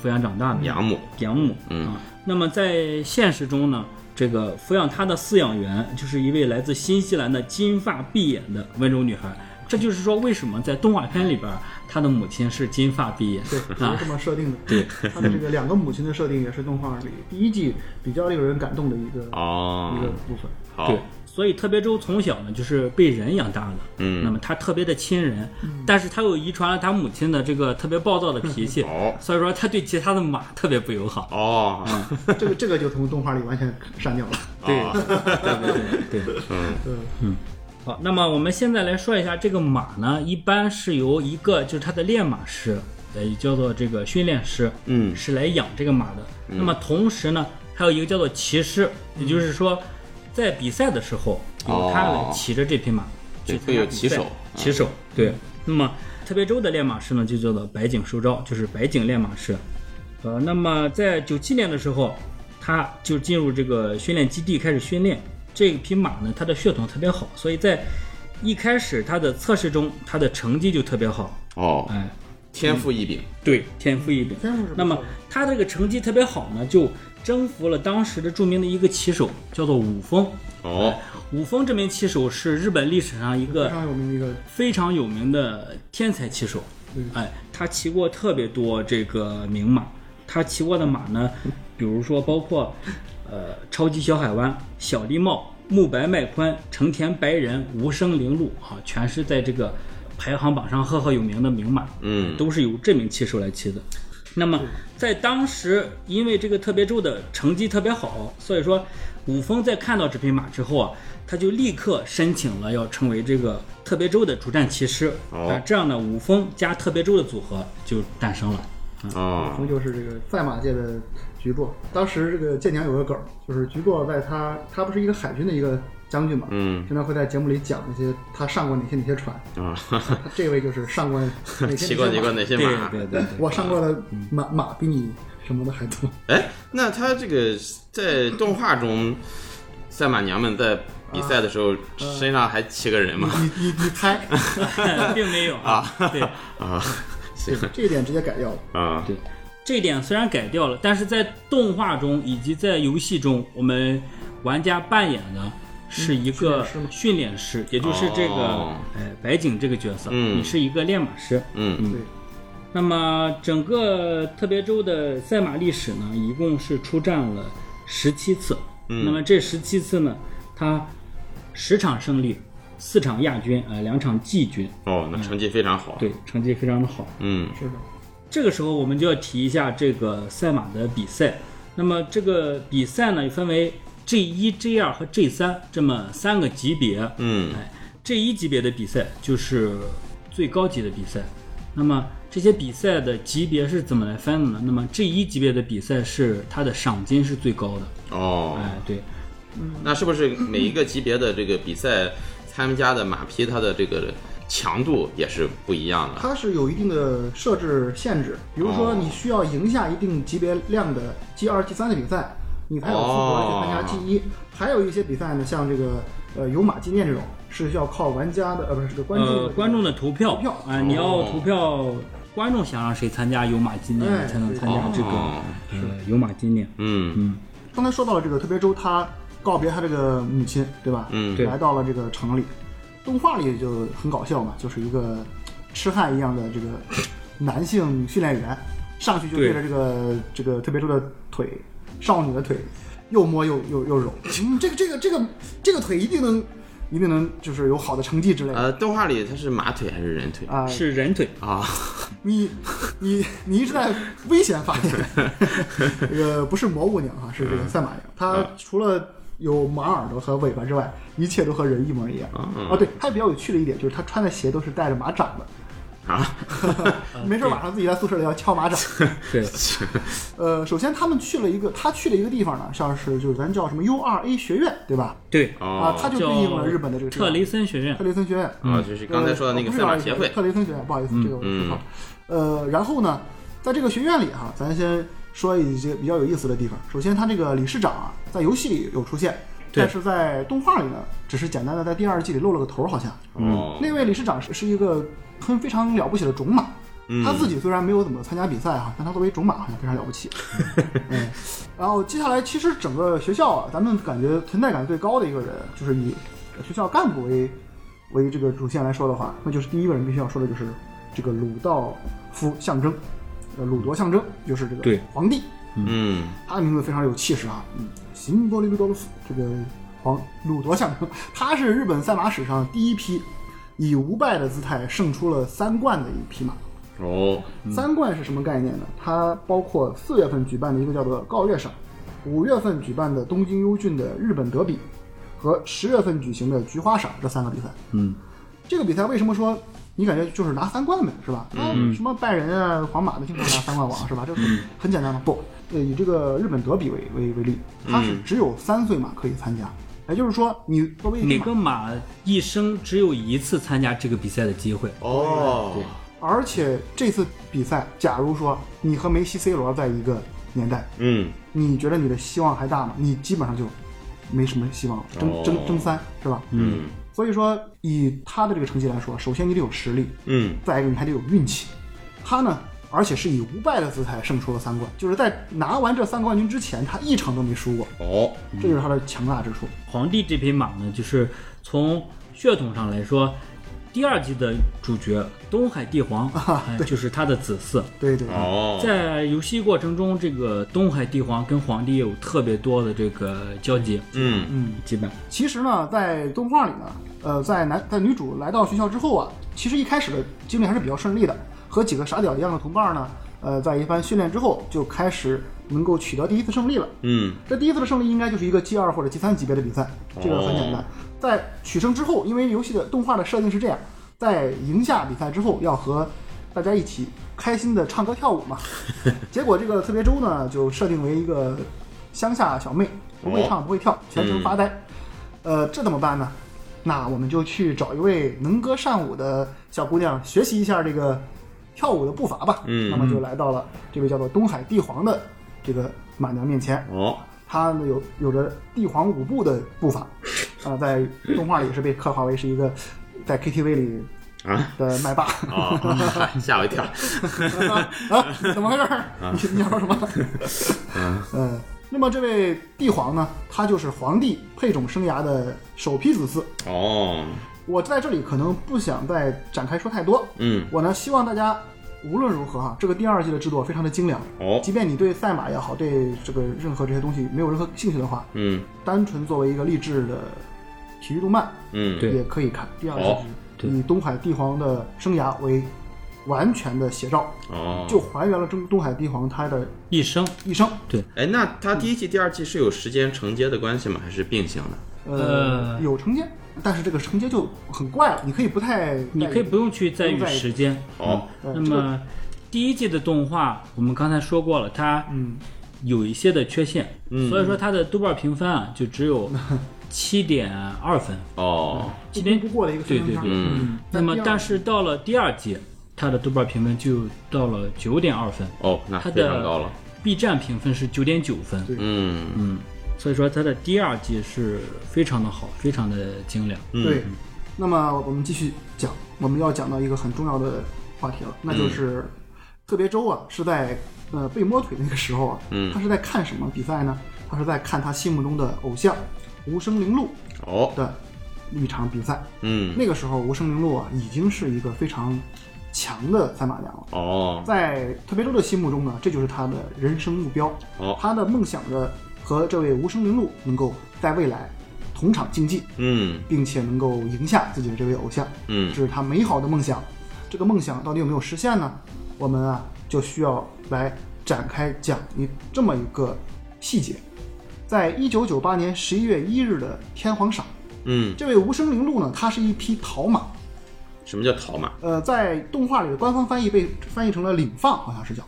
Speaker 3: 抚养长大的，
Speaker 1: 养母，
Speaker 3: 养母。嗯、啊，那么在现实中呢，这个抚养她的饲养员就是一位来自新西兰的金发碧眼的温柔女孩。这就是说，为什么在动画片里边，她的母亲是金发碧眼？
Speaker 2: 对，就是这么设定的。对，他的这个两个母亲的设定也是动画里第一季比较令人感动的一个、一个
Speaker 1: 哦，
Speaker 2: 部分。
Speaker 1: 好
Speaker 3: 对，，所以特别周从小呢就是被人养大的，
Speaker 1: 嗯
Speaker 3: 那么他特别的亲人，但是他又遗传了他母亲的这个特别暴躁的脾气，
Speaker 1: 嗯好，
Speaker 3: 所以说他对其他的马特别不友好。
Speaker 1: 哦，
Speaker 2: 这个这个就从动画里完全删掉了。
Speaker 3: 对
Speaker 1: 哦，
Speaker 3: 对对。
Speaker 1: 嗯，
Speaker 2: 嗯，
Speaker 3: 好，那么我们现在来说一下这个马呢，一般是由一个就是它的练马师，呃，也叫做这个训练师，
Speaker 1: 嗯
Speaker 3: 是来养这个马的。那么同时呢，还有一个叫做骑师，
Speaker 1: 嗯
Speaker 3: 也就是说，在比赛的时候由他来骑着这匹马去
Speaker 1: 哦对
Speaker 3: 参
Speaker 1: 会
Speaker 3: 加
Speaker 1: 有
Speaker 3: 比
Speaker 1: 骑
Speaker 3: 赛
Speaker 1: 手嗯
Speaker 3: 骑手对。那么特别州的练马师呢，就叫做白井寿昭，就是白井练马师。呃，那么在九七年的时候，他就进入这个训练基地开始训练。这匹马呢，它的血统特别好，所以在一开始它的测试中，它的成绩就特别好。
Speaker 1: 哦，
Speaker 3: 哎，
Speaker 1: 天赋异禀，
Speaker 3: 对，天赋异禀。
Speaker 2: 天赋是不错的
Speaker 3: 那么他这个成绩特别好呢，就征服了当时的著名的一个骑手，叫做武峰。
Speaker 1: 哦，
Speaker 3: 武峰这名骑手是日本历史上一
Speaker 2: 非
Speaker 3: 个
Speaker 2: 常有名的一个
Speaker 3: 非常有名的天才骑手。哎，他骑过特别多这个名马，他骑过的马呢，比如说包括呃超级小海湾、小狸猫、慕白麦宽、成田白人、无声铃鹿啊，全是在这个排行榜上赫赫有名的名马，
Speaker 1: 嗯，
Speaker 3: 都是由这名骑手来骑的。那么在当时，因为这个特别助的成绩特别好，所以说武峰在看到这匹马之后啊，他就立刻申请了要成为这个特别助的主战骑师。
Speaker 1: 哦
Speaker 3: 啊，这样呢，武峰加特别助的组合就诞生了。
Speaker 1: 哦
Speaker 2: 从就是这个赛马界的局部。当时这个舰娘有个梗儿，就是局部在他他不是一个海军的一个将军嘛，
Speaker 1: 嗯
Speaker 2: 经常会在节目里讲一些他上过哪些哪些船，
Speaker 1: 啊，
Speaker 2: 他这位就是上过哪些
Speaker 1: 骑过
Speaker 2: 哪
Speaker 1: 几
Speaker 2: 些
Speaker 1: 个
Speaker 2: 马，
Speaker 1: 哪些
Speaker 3: 对
Speaker 1: 马？
Speaker 3: 对 对对，
Speaker 2: 我上过的马马比你什么的还多。
Speaker 1: 哎，那他这个在动画中，赛马娘们在比赛的时候身上还骑个人吗？
Speaker 2: 你你你猜，
Speaker 3: 并没有啊。对，
Speaker 1: 啊， 行
Speaker 2: 对这一点直接改掉了。
Speaker 1: 啊，
Speaker 3: 对，这一点虽然改掉了，但是在动画中以及在游戏中，我们玩家扮演的是一个
Speaker 2: 训练师吗
Speaker 3: 训练师，也就是这个、
Speaker 1: 哦
Speaker 3: 呃白景这个角色，
Speaker 1: 嗯
Speaker 3: 你是一个练马师。
Speaker 1: 嗯
Speaker 2: 对，
Speaker 3: 那么整个特别州的赛马历史呢，一共是出战了十七次。
Speaker 1: 嗯
Speaker 3: 那么这十七次呢，他十场胜利，四场亚军，呃，两场季军，
Speaker 1: 哦，那成绩非常好。
Speaker 3: 对，成绩非常的好。
Speaker 1: 嗯
Speaker 2: 是的，
Speaker 3: 这个时候我们就要提一下这个赛马的比赛。那么这个比赛呢，分为 G 一、G 二和 G 三这么三个级别。
Speaker 1: 嗯
Speaker 3: 哎，G 一级别的比赛就是最高级的比赛。那么这些比赛的级别是怎么来分的呢？那么 G 一级别的比赛是它的赏金是最高的。
Speaker 1: 哦，
Speaker 3: 哎，对，
Speaker 1: 那是不是每一个级别的这个比赛参加的马匹，它的这个强度也是不一样的？
Speaker 2: 它是有一定的设置限制，比如说
Speaker 1: 哦
Speaker 2: 你需要赢下一定级别量的 G 二、G 三的比赛，你才有资格去参加
Speaker 1: 哦
Speaker 2: G 一。还有一些比赛呢，像这个呃有马纪念这种，是要靠玩家的呃不是这个观众的
Speaker 3: 呃，观众的投票
Speaker 2: 投票
Speaker 3: 啊，你要
Speaker 1: 哦
Speaker 3: 投票，观众想让谁参加有马纪念
Speaker 2: 哎
Speaker 3: 才能
Speaker 2: 对
Speaker 3: 参加这个
Speaker 1: 哦
Speaker 3: 呃有马纪念。
Speaker 1: 嗯
Speaker 2: 刚才说到了这个特别周，他告别他这个母亲，对吧？
Speaker 1: 嗯
Speaker 3: 对
Speaker 2: 来到了这个城里，动画里就很搞笑嘛，就是一个痴汉一样的这个男性训练员，上去就
Speaker 3: 对
Speaker 2: 对着这个这个特别周的腿，少女的腿，又摸又又又揉，嗯，这个这个这个这个腿一定能一定能就是有好的成绩之类的。
Speaker 1: 呃，动画里它是马腿还是人腿？
Speaker 2: 啊、
Speaker 3: 呃是人腿，
Speaker 1: 啊，
Speaker 2: 你你你一直在危险发言，这个不是魔物娘哈，是这个赛马娘，它除了有马耳朵和尾巴之外，一切都和人一模一样。哦，对，它比较有趣的一点就是它穿的鞋都是带着马掌的，
Speaker 1: 啊，
Speaker 2: 没准晚上自己在宿舍里要敲马掌。
Speaker 3: 对，
Speaker 2: 呃，首先他们去了一个，他去了一个地方呢，像是就是咱叫什么 U R A 学院，对吧？
Speaker 3: 对，
Speaker 2: 啊，
Speaker 1: 哦
Speaker 2: 它就
Speaker 3: 叫
Speaker 2: 对应了日本的这个地方
Speaker 3: 特雷森学院
Speaker 2: 特。雷森学院。嗯
Speaker 1: 啊，就是刚才说的那个赛马协
Speaker 2: 呃我不
Speaker 1: 会
Speaker 2: 知道
Speaker 1: 嗯
Speaker 2: 特雷森学院，不好意思，这个我说错了。呃，然后呢，在这个学院里哈、咱先说一些比较有意思的地方。首先，他这个理事长啊，在游戏里有出现，
Speaker 3: 对
Speaker 2: 但是在动画里呢，只是简单的在第二季里露了个头儿，好像。
Speaker 1: 哦，
Speaker 2: 那位理事长是是一个很非常了不起的种马，他自己虽然没有怎么参加比赛哈、但他作为种马好像非常了不起。嗯，然后接下来其实整个学校啊，咱们感觉存在感最高的一个人，就是以学校干部为为这个主线来说的话，那就是第一个人必须要说的就是这个鲁道夫象征，呃，鲁铎象征就是这
Speaker 3: 对
Speaker 2: 个皇帝，
Speaker 1: 嗯
Speaker 2: 他的名字非常有气势啊，嗯，辛波利鲁多夫这个皇鲁铎象征， 他是日本赛马史上第一批以无败的姿态胜出了三冠的一匹马。
Speaker 1: 哦
Speaker 2: 三冠是什么概念呢？它包括四月份举办的一个叫做告月赏，五月份举办的东京优郡的日本德比，和十月份举行的菊花赏这三个比赛。
Speaker 3: 嗯，
Speaker 2: 这个比赛为什么说你感觉就是拿三冠呗，是吧？嗯，什么拜仁啊、皇马的经常拿三冠王是吧？这很很简单吗？不，呃，以这个日本德比为为为例，它是只有三岁马可以参加，也就是说嗯你作为一匹
Speaker 3: 每
Speaker 2: 马
Speaker 3: 个马一生只有一次参加这个比赛的机会。
Speaker 1: 哦，
Speaker 2: 而且这次比赛，假如说你和梅西、C 罗在一个年代，
Speaker 1: 嗯
Speaker 2: 你觉得你的希望还大吗？你基本上就没什么希望了，
Speaker 1: 哦
Speaker 2: 争争争三是吧？
Speaker 1: 嗯
Speaker 2: 所以说，以他的这个成绩来说，首先你得有实力，
Speaker 1: 嗯
Speaker 2: 再一个你还得有运气。他呢，而且是以无败的姿态胜出了三冠，就是在拿完这三冠军之前，他一场都没输过，
Speaker 1: 哦
Speaker 2: 这就是他的强大之处。
Speaker 3: 皇帝这匹马呢，就是从血统上来说，第二季的主角东海帝皇，哎就是他的子嗣。
Speaker 2: 对对对，
Speaker 1: 哦
Speaker 3: 在游戏过程中，这个东海帝皇跟皇帝有特别多的这个交集，
Speaker 1: 嗯
Speaker 3: 嗯，基本
Speaker 2: 其实呢，在动画里呢，呃，在男在女主来到学校之后啊，其实一开始的经历还是比较顺利的，和几个傻屌一样的同伴呢，呃，在一番训练之后，就开始能够取得第一次胜利了。
Speaker 1: 嗯，
Speaker 2: 这第一次的胜利应该就是一个 G 二或者 G 三级别的比赛，这个很简
Speaker 1: 哦
Speaker 2: 单。在取胜之后，因为游戏的动画的设定是这样，在赢下比赛之后要和大家一起开心的唱歌跳舞 嘛。结果这个特别周呢，就设定为一个乡下小妹，不会唱不会
Speaker 1: 哦
Speaker 2: 跳，全程发呆。
Speaker 1: 嗯
Speaker 2: 呃，这怎么办呢？那我们就去找一位能歌善舞的小姑娘，学习一下这个跳舞的步伐吧。
Speaker 1: 嗯
Speaker 2: 那么就来到了这位叫做东海帝皇的这个马娘面前。
Speaker 1: 哦，
Speaker 2: 他呢有有着帝皇舞步的步伐，啊、在动画里是被刻画为是一个在 KTV 里
Speaker 1: 啊
Speaker 2: 的麦霸
Speaker 1: 哦，吓我一跳。
Speaker 2: 啊，怎么回事儿？你你要说 什么？ 嗯，那么这位帝皇呢，他就是皇帝配种生涯的首批子嗣。
Speaker 1: 哦，
Speaker 2: 我在这里可能不想再展开说太多，
Speaker 1: 嗯，
Speaker 2: 我呢希望大家无论如何哈，这个第二季的制作非常的精良，
Speaker 1: 哦，
Speaker 2: 即便你对赛马也好，对这个任何这些东西没有任何兴趣的话，
Speaker 1: 嗯
Speaker 2: 单纯作为一个励志的体育动漫，
Speaker 1: 嗯，
Speaker 3: 对
Speaker 2: 也可以看。第二
Speaker 1: 哦
Speaker 2: 就是以东海帝皇的生涯为完全的写照，
Speaker 1: 哦，
Speaker 2: 就还原了中东海帝皇他的
Speaker 3: 一生，
Speaker 2: 一生。
Speaker 1: 哎，那它第一季、第二季是有时间承接的关系吗？还是并行的？
Speaker 2: 呃，
Speaker 3: 呃
Speaker 2: 有承接，但是这个承接就很怪了，你可以不太在意，
Speaker 3: 你可以不用去在意时间。
Speaker 1: 哦，
Speaker 2: 呃
Speaker 3: 那
Speaker 2: 这个
Speaker 3: 么第一季的动画，我们刚才说过了，它
Speaker 2: 嗯
Speaker 3: 有一些的缺陷，所以说它的豆瓣评分啊就只 有七点二分。
Speaker 1: 哦，
Speaker 3: 今
Speaker 2: 不
Speaker 3: 天
Speaker 2: 不过的一个
Speaker 3: 对
Speaker 2: 宣传
Speaker 3: 对
Speaker 2: 片
Speaker 1: 嗯。
Speaker 3: 那么
Speaker 2: 第二
Speaker 3: 但是到了第二季，它的豆瓣评分就到了九点二分
Speaker 1: 哦，那
Speaker 3: 它
Speaker 1: 非常
Speaker 3: 的
Speaker 1: 高了。
Speaker 3: ，B 站评分是九点九分。
Speaker 1: 嗯
Speaker 3: 所以说它的第二季是非常的好，非常的精良。
Speaker 1: 嗯
Speaker 2: 对，那么我们继续讲，我们要讲到一个很重要的话题了，
Speaker 1: 嗯
Speaker 2: 那就是、特别周啊是在呃被摸腿那个时候啊，
Speaker 1: 嗯
Speaker 2: 他是在看什么比赛呢？他是在看他心目中的偶像无声铃鹿
Speaker 1: 哦，
Speaker 2: 的一场比赛。
Speaker 1: 嗯，
Speaker 2: 那个时候无声铃鹿啊已经是一个非常强的赛马娘了。
Speaker 1: 哦，
Speaker 2: 在特别周的心目中呢，这就是他的人生目标。
Speaker 1: 哦
Speaker 2: 他的梦想着和这位无声铃鹿能够在未来同场竞技，
Speaker 1: 嗯
Speaker 2: 并且能够赢下自己的这位偶像，这
Speaker 1: 嗯，
Speaker 2: 是他美好的梦想。这个梦想到底有没有实现呢？我们啊就需要来展开讲一这么一个细节。在一九九八年十一月一日的天皇赏，
Speaker 1: 嗯，
Speaker 2: 这位无声铃鹿呢，它是一匹陶马，
Speaker 1: 什么叫逃马？
Speaker 2: 呃，在动画里的官方翻译被翻译成了领放，好像是叫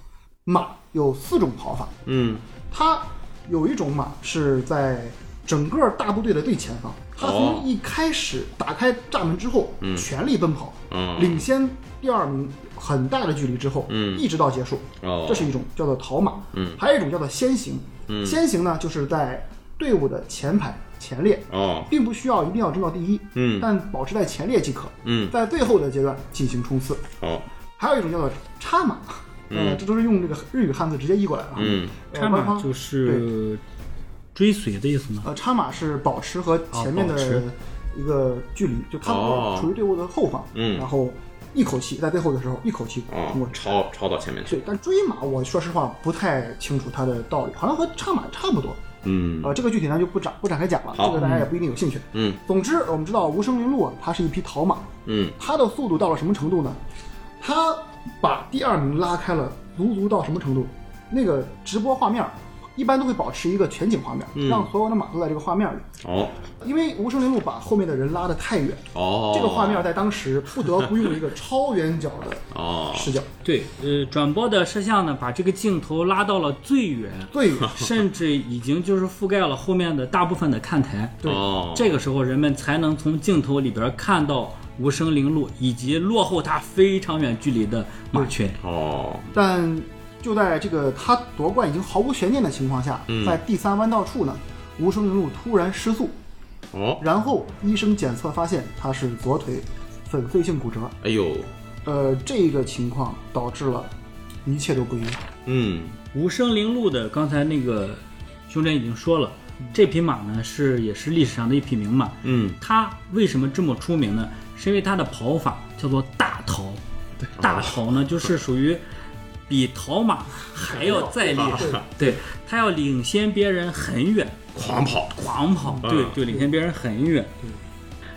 Speaker 2: 马，有四种跑法。
Speaker 1: 嗯，
Speaker 2: 它有一种马是在整个大部队的最前方，它
Speaker 1: 哦嗯
Speaker 2: 从一开始打开闸门之后，全力奔跑，
Speaker 1: 哦
Speaker 2: 领先第二名很大的距离之后，
Speaker 1: 嗯
Speaker 2: 一直到结束，
Speaker 1: 哦
Speaker 2: 这是一种叫做逃马，
Speaker 1: 嗯
Speaker 2: 还有一种叫做先行，先行呢就是在队伍的前排前列，
Speaker 1: 哦，
Speaker 2: 并不需要一定要争到第一，
Speaker 1: 嗯
Speaker 2: 但保持在前列即可，
Speaker 1: 嗯，
Speaker 2: 在最后的阶段进行冲刺，
Speaker 1: 哦，
Speaker 2: 还有一种叫做插马，呃，这都是用这个日语汉字直接译过来的啊，
Speaker 1: 嗯，
Speaker 2: 呃
Speaker 3: 看
Speaker 2: 官
Speaker 3: 嘛
Speaker 2: 方
Speaker 3: 就是追随的意思吗？
Speaker 2: 呃，插马是保持和前面
Speaker 3: 啊保持
Speaker 2: 的一个距离，就他
Speaker 1: 哦
Speaker 2: 处于队伍的后方，
Speaker 1: 嗯
Speaker 2: 然后一口气在最后的时候一口气通
Speaker 1: 哦
Speaker 2: 过，插。
Speaker 1: 超超到前面去。
Speaker 2: 对，但追马我说实话不太清楚它的道理，好像和插马差不多。
Speaker 1: 嗯
Speaker 2: 呃，这个具体咱就不展不展开讲了，
Speaker 1: 好
Speaker 2: 这个大家也不一定有兴趣。
Speaker 1: 嗯
Speaker 2: 总之，我们知道无声铃鹿啊，它是一匹陶马，
Speaker 1: 嗯，
Speaker 2: 它的速度到了什么程度呢？它把第二名拉开了，足足到什么程度？那个直播画面儿一般都会保持一个全景画面，
Speaker 1: 嗯
Speaker 2: 让所有的马都在这个画面里。
Speaker 1: 哦
Speaker 2: 因为无声铃鹿把后面的人拉得太远，
Speaker 1: 哦，
Speaker 2: 这个画面在当时不得不用一个超远角的
Speaker 1: 哦，
Speaker 2: 视角，
Speaker 3: 对，呃，转播的摄像呢，把这个镜头拉到了最远，
Speaker 2: 最远。
Speaker 3: 甚至已经就是覆盖了后面的大部分的看台。
Speaker 2: 对
Speaker 1: 哦，
Speaker 3: 这个时候，人们才能从镜头里边看到无声铃鹿以及落后它非常远距离的马群。
Speaker 1: 哦，
Speaker 2: 但就在这个他夺冠已经毫无悬念的情况下，
Speaker 1: 嗯
Speaker 2: 在第三弯道处呢，无声铃鹿突然失速，
Speaker 1: 哦，
Speaker 2: 然后医生检测发现他是左腿粉碎性骨折。
Speaker 1: 哎呦，
Speaker 2: 呃，这个情况导致了一切都不一样。
Speaker 1: 嗯
Speaker 3: 无声铃鹿的，刚才那个胸针已经说了，这匹马呢是也是历史上的一匹名马。
Speaker 1: 嗯，
Speaker 3: 它为什么这么出名呢？是因为它的跑法叫做大逃，大逃呢就是属于比逃马还要再厉害， 对，它要领先别人很远，
Speaker 1: 狂跑。
Speaker 3: 狂跑，对
Speaker 1: 嗯，
Speaker 3: 就领先别人很远。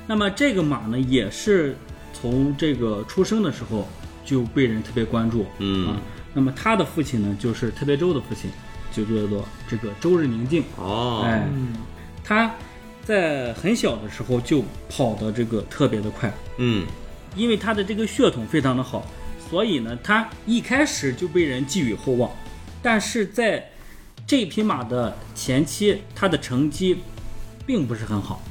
Speaker 3: 那么这个马呢，也是从这个出生的时候就被人特别关注，
Speaker 1: 嗯
Speaker 3: 啊，那么他的父亲呢，就是特别周的父亲，就叫做这个周日宁静。
Speaker 1: 哦，
Speaker 3: 哎，他在很小的时候就跑得这个特别的快，
Speaker 1: 嗯，
Speaker 3: 因为他的这个血统非常的好，所以呢，他一开始就被人寄予厚望。但是在这匹马的前期，他的成绩并不是很好。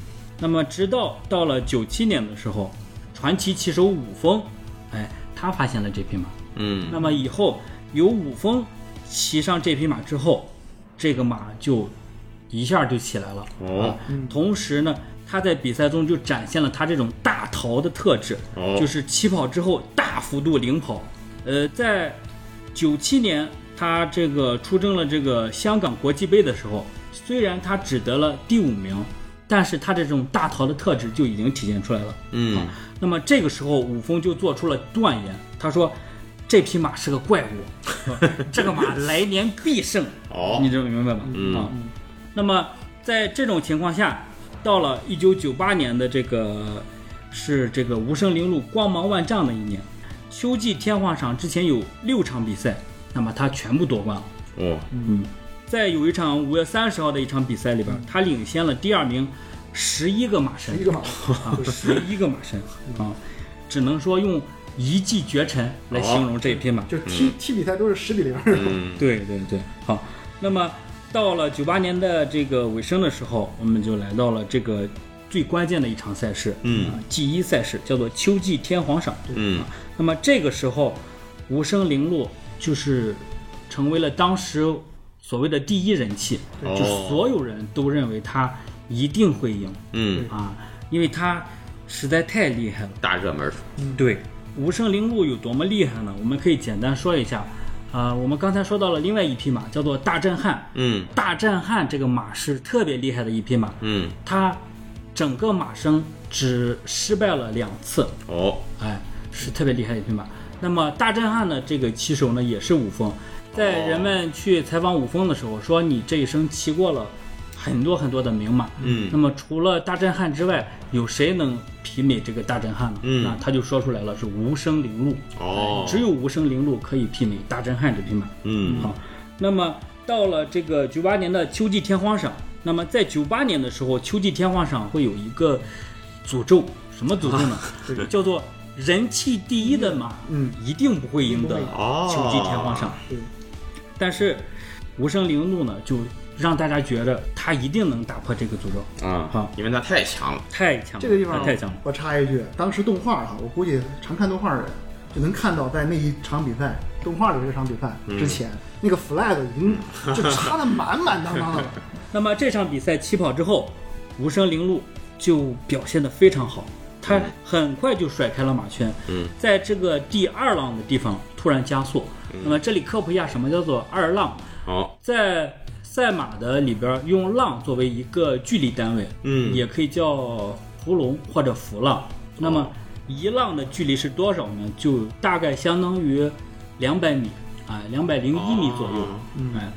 Speaker 3: 那么直到到了九七年的时候，传奇骑手武峰，哎，他发现了这匹马。
Speaker 1: 嗯，
Speaker 3: 那么以后由武峰骑上这匹马之后，这个马就一下就起来了。
Speaker 1: 哦，
Speaker 3: 同时呢，他在比赛中就展现了他这种大逃的特质，
Speaker 1: 哦
Speaker 3: 就是起跑之后大幅度领跑。呃，在九七年他这个出征了这个香港国际杯的时候，虽然他只得了第五名，但是他这种大逃的特质就已经体现出来了。
Speaker 1: 嗯，
Speaker 3: 那么这个时候，武峰就做出了断言，他说：“这匹马是个怪物， 这个马来年必胜。”
Speaker 1: 哦
Speaker 3: 你，这明白吧？
Speaker 1: 嗯
Speaker 3: 啊，那么在这种情况下，到了一九九八年的这个是这个无声铃鹿光芒万丈的一年，秋季天皇赏之前有六场比赛，那么他全部夺冠了。
Speaker 1: 哦，
Speaker 3: 在有一场五月三十号的一场比赛里边，他领先了第二名十一个马身，
Speaker 2: 一个马，
Speaker 3: 啊，十一个马身啊，只能说用一骑绝尘来形容这匹马。
Speaker 2: 就是踢踢比赛都是十比零，
Speaker 1: 嗯，
Speaker 3: 对对对，好，那么到了九八年的这个尾声的时候，我们就来到了这个最关键的一场赛事，
Speaker 1: 嗯
Speaker 3: 啊，G 一赛事叫做秋季天皇赏。
Speaker 1: 嗯，
Speaker 3: 那么这个时候，无声零落就是成为了当时所谓的第一人气，
Speaker 1: 哦
Speaker 3: 就所有人都认为他一定会赢
Speaker 1: 嗯，
Speaker 3: 啊，因为他实在太厉害了。
Speaker 1: 大热门儿，
Speaker 3: 对，无声铃鹿有多么厉害呢？我们可以简单说一下。啊、我们刚才说到了另外一匹马，叫做大震撼。
Speaker 1: 嗯
Speaker 3: 大震撼这个马是特别厉害的一匹马，
Speaker 1: 嗯，
Speaker 3: 它整个马身只失败了两次，
Speaker 1: 哦，
Speaker 3: 哎，是特别厉害的一匹马。那么大震撼呢，这个骑手呢也是武峰，在人们去采访武峰的时候说，你这一生骑过了很多很多的名马，
Speaker 1: 嗯
Speaker 3: 那么除了大震撼之外，有谁能媲美这个大震撼呢？
Speaker 1: 嗯
Speaker 3: 那他就说出来了，是无声铃鹿，
Speaker 1: 哦，
Speaker 3: 只有无声铃鹿可以媲美大震撼这匹马。
Speaker 1: 嗯
Speaker 3: 好，那么到了这个九八年的秋季天皇赏，那么在九八年的时候，秋季天皇赏会有一个诅咒，什么诅咒呢？叫做人气第一的马，
Speaker 2: 嗯，
Speaker 3: 一定不会赢得
Speaker 1: 哦
Speaker 3: 秋季天皇赏。
Speaker 2: 对
Speaker 3: 但是无声铃鹿呢，就让大家觉着他一定能打破这个诅咒，
Speaker 1: 啊，
Speaker 3: 好
Speaker 1: 因为它太强了，
Speaker 3: 太强 了，
Speaker 2: 这个地方
Speaker 3: 他太强了。
Speaker 2: 我插一句，当时动画哈，我估计常看动画的人就能看到，在那一场比赛，动画里这场比赛
Speaker 3: 嗯
Speaker 2: 之前，那个 flag 已经就插的满满当当的了。
Speaker 3: 那么这场比赛起跑之后，无声铃鹿就表现得非常好，他很快就甩开了马圈，
Speaker 1: 嗯，
Speaker 3: 在这个第二浪的地方突然加速。
Speaker 1: 嗯
Speaker 3: 那么这里科普一下什么叫做二浪，
Speaker 1: 哦，
Speaker 3: 在赛马的里边用浪作为一个距离单位，
Speaker 1: 嗯
Speaker 3: 也可以叫伏龙或者伏浪。那么一浪的距离是多少呢？就大概相当于两百米啊，两百零一米左右。
Speaker 1: 哦
Speaker 3: 哎，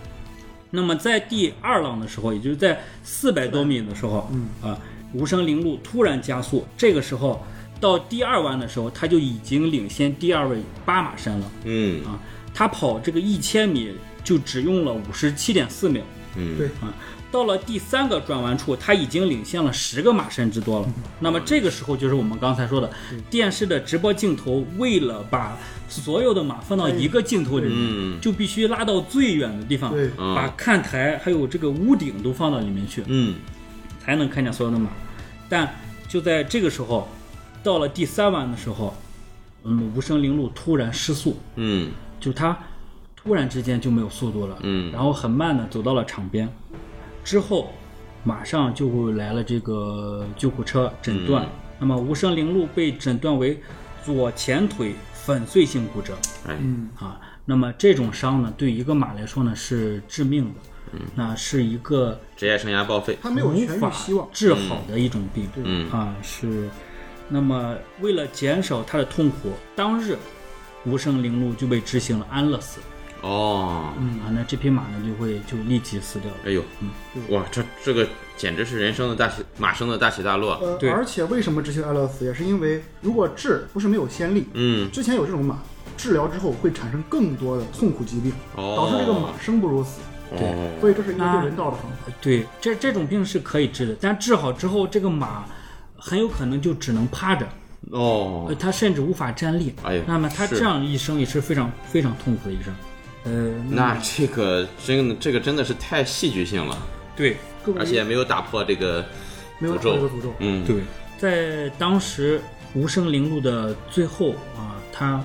Speaker 3: 那么在第二浪的时候，也就是在四百多米的时候，嗯啊，无声铃鹿突然加速，这个时候到第二弯的时候，它就已经领先第二位巴马山了
Speaker 1: 嗯
Speaker 3: 啊。它跑这个一千米就只用了五十七点四秒，
Speaker 1: 嗯
Speaker 2: 对
Speaker 3: 到了第三个转弯处，它已经领先了十个马身之多了。那么这个时候就是我们刚才说的，电视的直播镜头为了把所有的马放到一个镜头里
Speaker 1: 嗯
Speaker 3: 面，就必须拉到最远的地方
Speaker 2: 对，
Speaker 1: 嗯
Speaker 3: 把看台还有这个屋顶都放到里面去，
Speaker 1: 嗯，
Speaker 3: 才能看见所有的马。但就在这个时候，到了第三弯的时候，嗯，无声铃鹿突然失速，
Speaker 1: 嗯
Speaker 3: 就他突然之间就没有速度了，
Speaker 1: 嗯
Speaker 3: 然后很慢的走到了场边，之后马上就会来了这个救护车诊断，
Speaker 1: 嗯
Speaker 3: 那么无声铃鹿被诊断为左前腿粉碎性骨折
Speaker 1: 哎，
Speaker 3: 啊，那么这种伤呢，对一个马来说呢是致命的，
Speaker 1: 嗯
Speaker 3: 那是一个
Speaker 1: 职业生涯报废，
Speaker 2: 他没有
Speaker 3: 无
Speaker 2: 痊
Speaker 3: 法
Speaker 2: 愈希望，
Speaker 3: 治好的一种病，
Speaker 1: 嗯
Speaker 3: 啊是，那么为了减少他的痛苦，当日无声铃鹿就被执行了安乐死。
Speaker 1: 哦，
Speaker 2: 嗯
Speaker 3: 啊，那这匹马呢就会就立即死掉了。
Speaker 1: 哎呦，哇，这这个简直是人生的大起，马生的大起大落，
Speaker 2: 呃
Speaker 3: 对，
Speaker 2: 而且为什么执行安乐死，也是因为如果治不是没有先例，
Speaker 1: 嗯
Speaker 2: 之前有这种马，治疗之后会产生更多的痛苦疾病，
Speaker 1: 哦
Speaker 2: 导致这个马生不如死。
Speaker 3: 对
Speaker 2: 所
Speaker 1: 哦
Speaker 2: 以这是一个对人道的方法。
Speaker 3: 对，这这种病是可以治的，但治好之后，这个马很有可能就只能趴着，呃，
Speaker 1: 哦，
Speaker 3: 它甚至无法站立。
Speaker 1: 哎呦
Speaker 3: 那么它
Speaker 1: 是
Speaker 3: 这样一生也是非常非常痛苦的一生。呃，
Speaker 1: 那这个真的这个真的是太戏剧性了，
Speaker 3: 对
Speaker 2: 各位
Speaker 1: 而且没有打破这个
Speaker 2: 嗯没有
Speaker 1: 诅
Speaker 2: 打破这
Speaker 1: 咒
Speaker 2: 个诅咒，
Speaker 1: 嗯
Speaker 3: 对，在当时无声铃鹿的最后啊，它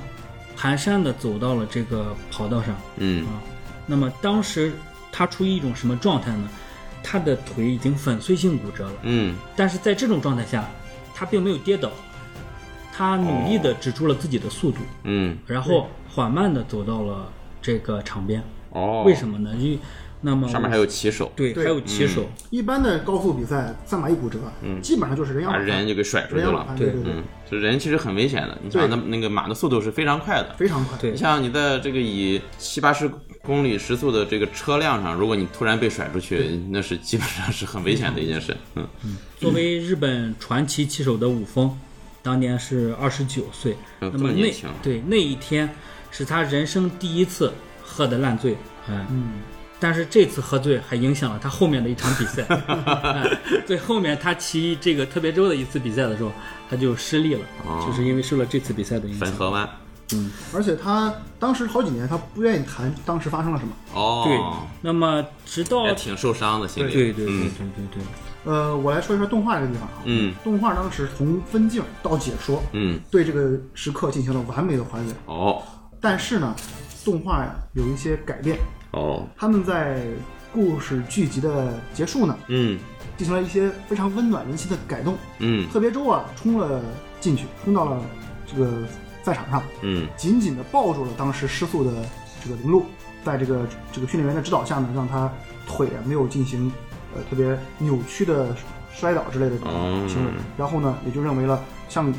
Speaker 3: 蹒跚的走到了这个跑道上。
Speaker 1: 嗯
Speaker 3: 那么当时它处于一种什么状态呢？它的腿已经粉碎性骨折了。
Speaker 1: 嗯
Speaker 3: 但是在这种状态下，他并没有跌倒，他努力的止住了自己的速度，
Speaker 1: 嗯
Speaker 3: 然后缓慢的走到了这个场边。
Speaker 1: 哦，
Speaker 3: 为什么呢？因为那么
Speaker 1: 上面还有嗯骑手，
Speaker 3: 对，
Speaker 2: 对
Speaker 3: 还有骑手，
Speaker 2: 一般的高速比赛三马一骨折，基本上就是人仰
Speaker 1: 嗯把
Speaker 2: 马翻
Speaker 1: 人，就给甩出去
Speaker 2: 人仰马
Speaker 1: 了
Speaker 2: 翻，。对
Speaker 3: 对
Speaker 2: 对对
Speaker 1: 嗯，，就人其实很危险的。你想，
Speaker 2: 对
Speaker 1: 那那个马的速度是非常快的，
Speaker 2: 非常快。
Speaker 3: 对
Speaker 1: 你像你在这个以七八十公里时速的这个车辆上，如果你突然被甩出去，那是基本上是很危险的一件 事。嗯，
Speaker 3: 作为日本传奇骑手的武丰，当年是二十九岁，
Speaker 1: 嗯
Speaker 3: 那
Speaker 1: 这
Speaker 3: 么
Speaker 1: 么
Speaker 3: 那
Speaker 1: 年轻
Speaker 3: 对那一天是他人生第一次喝的烂醉，哎，嗯，但是这次喝醉还影响了他后面的一场比 赛，哎对，后面他骑这个特别州的一次比赛的时候，他就失利了，
Speaker 1: 哦
Speaker 3: 就是因为受了这次比赛的影响
Speaker 1: 汾。河湾，
Speaker 2: 而且他当时好几年，他不愿意谈当时发生了什么。
Speaker 3: 对
Speaker 1: 哦，，
Speaker 3: 那么直到
Speaker 1: 也哎挺受伤的心里。
Speaker 3: 对对对对
Speaker 1: 嗯
Speaker 3: 对对，
Speaker 2: 呃，我来说一说动画这个地方啊。
Speaker 1: 嗯
Speaker 2: 动画当时从分镜到解说，
Speaker 1: 嗯，
Speaker 2: 对这个时刻进行了完美的还原。
Speaker 1: 哦
Speaker 2: 但是呢，动画呀有一些改变，
Speaker 1: 哦，
Speaker 2: 他们在故事剧集的结束呢，
Speaker 1: 嗯
Speaker 2: 进行了一些非常温暖人心的改动。
Speaker 1: 嗯
Speaker 2: 特别周啊冲了进去，冲到了这个赛场上，
Speaker 1: 嗯
Speaker 2: 紧紧地抱住了当时失速的这个林鹿，在这个这个训练员的指导下呢，让他腿啊没有进行呃特别扭曲的摔倒之类的这种行为，
Speaker 1: 嗯
Speaker 2: 然后呢也就认为了像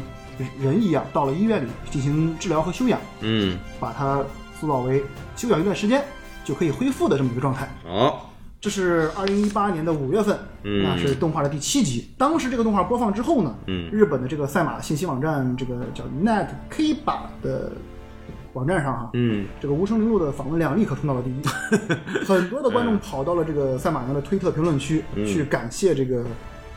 Speaker 2: 人一样到了医院里进行治疗和休养，
Speaker 1: 嗯，
Speaker 2: 把他塑造为休养一段时间就可以恢复的这么一个状态。
Speaker 1: 哦
Speaker 2: 这是二零一八年的五月份，
Speaker 1: 嗯
Speaker 2: 那是动画的第七集。当时这个动画播放之后呢，
Speaker 1: 嗯
Speaker 2: 日本的这个赛马信息网站，这个叫 Net K 版的网站上哈，
Speaker 1: 嗯
Speaker 2: 这个无声零六的访问量立刻冲到了 第一，很多的观
Speaker 1: 嗯
Speaker 2: 众跑到了这个赛马娘的推特评论区、去感谢这个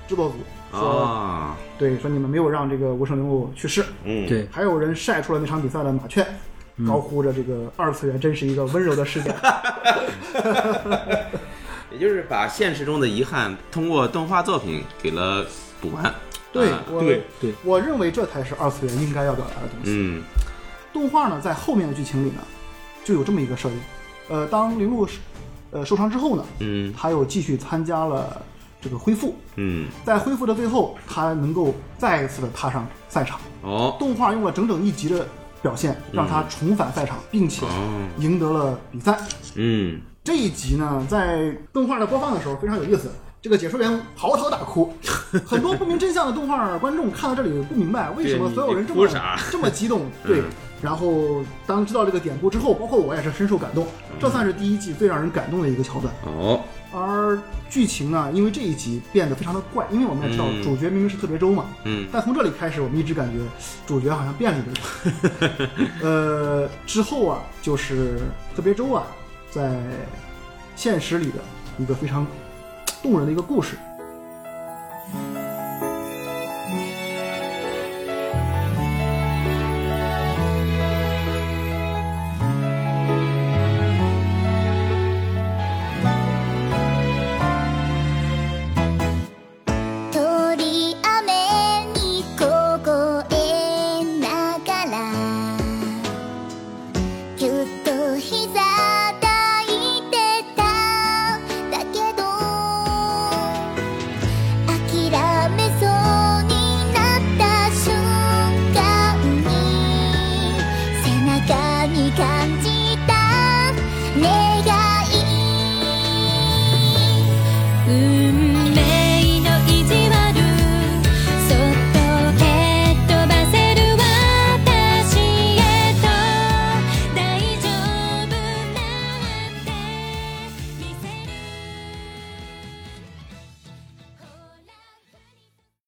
Speaker 2: 制作组，说、
Speaker 1: 啊
Speaker 2: 对，说你们没有让这个无声零六去世。
Speaker 1: 嗯
Speaker 3: 对
Speaker 2: 还有人晒出了那场比赛的马券，高呼着这个二次元真是一个温柔的世界。
Speaker 1: 也就是把现实中的遗憾通过动画作品给了补完。
Speaker 2: 对
Speaker 1: 啊，
Speaker 2: 我
Speaker 3: 对对
Speaker 2: 我认为这才是二次元应该要表达的东西。
Speaker 1: 嗯
Speaker 2: 动画呢，在后面的剧情里呢，就有这么一个设定，呃，当林鹿是呃受伤之后呢，
Speaker 1: 嗯
Speaker 2: 他又继续参加了这个恢复，
Speaker 1: 嗯，
Speaker 2: 在恢复的最后，他能够再一次的踏上赛场。
Speaker 1: 哦嗯
Speaker 2: 动画用了整整一集的表现，让他重返赛场，并且
Speaker 1: 哦
Speaker 2: 赢得了比赛。
Speaker 1: 嗯。
Speaker 2: 这一集呢，在动画的播放的时候非常有意思。这个解说员嚎啕大哭，很多不明真相的动画观众看到这里不明白为什么
Speaker 1: 对
Speaker 2: 所有人这
Speaker 1: 你
Speaker 2: 么
Speaker 1: 哭啥 嗯
Speaker 2: 这么激动。对，然后当知道这个典故之后，包括我也是深受感动。这算是第一季最让人感动的一个桥段。
Speaker 1: 哦，
Speaker 2: 而剧情呢，因为这一集变得非常的怪，因为我们也知道
Speaker 1: 嗯
Speaker 2: 主角明明是特别周嘛，
Speaker 1: 嗯
Speaker 2: 但从这里开始，我们一直感觉主角好像变了一个 人。呃，之后啊，就是特别周啊，在现实里的一个非常动人的一个故事，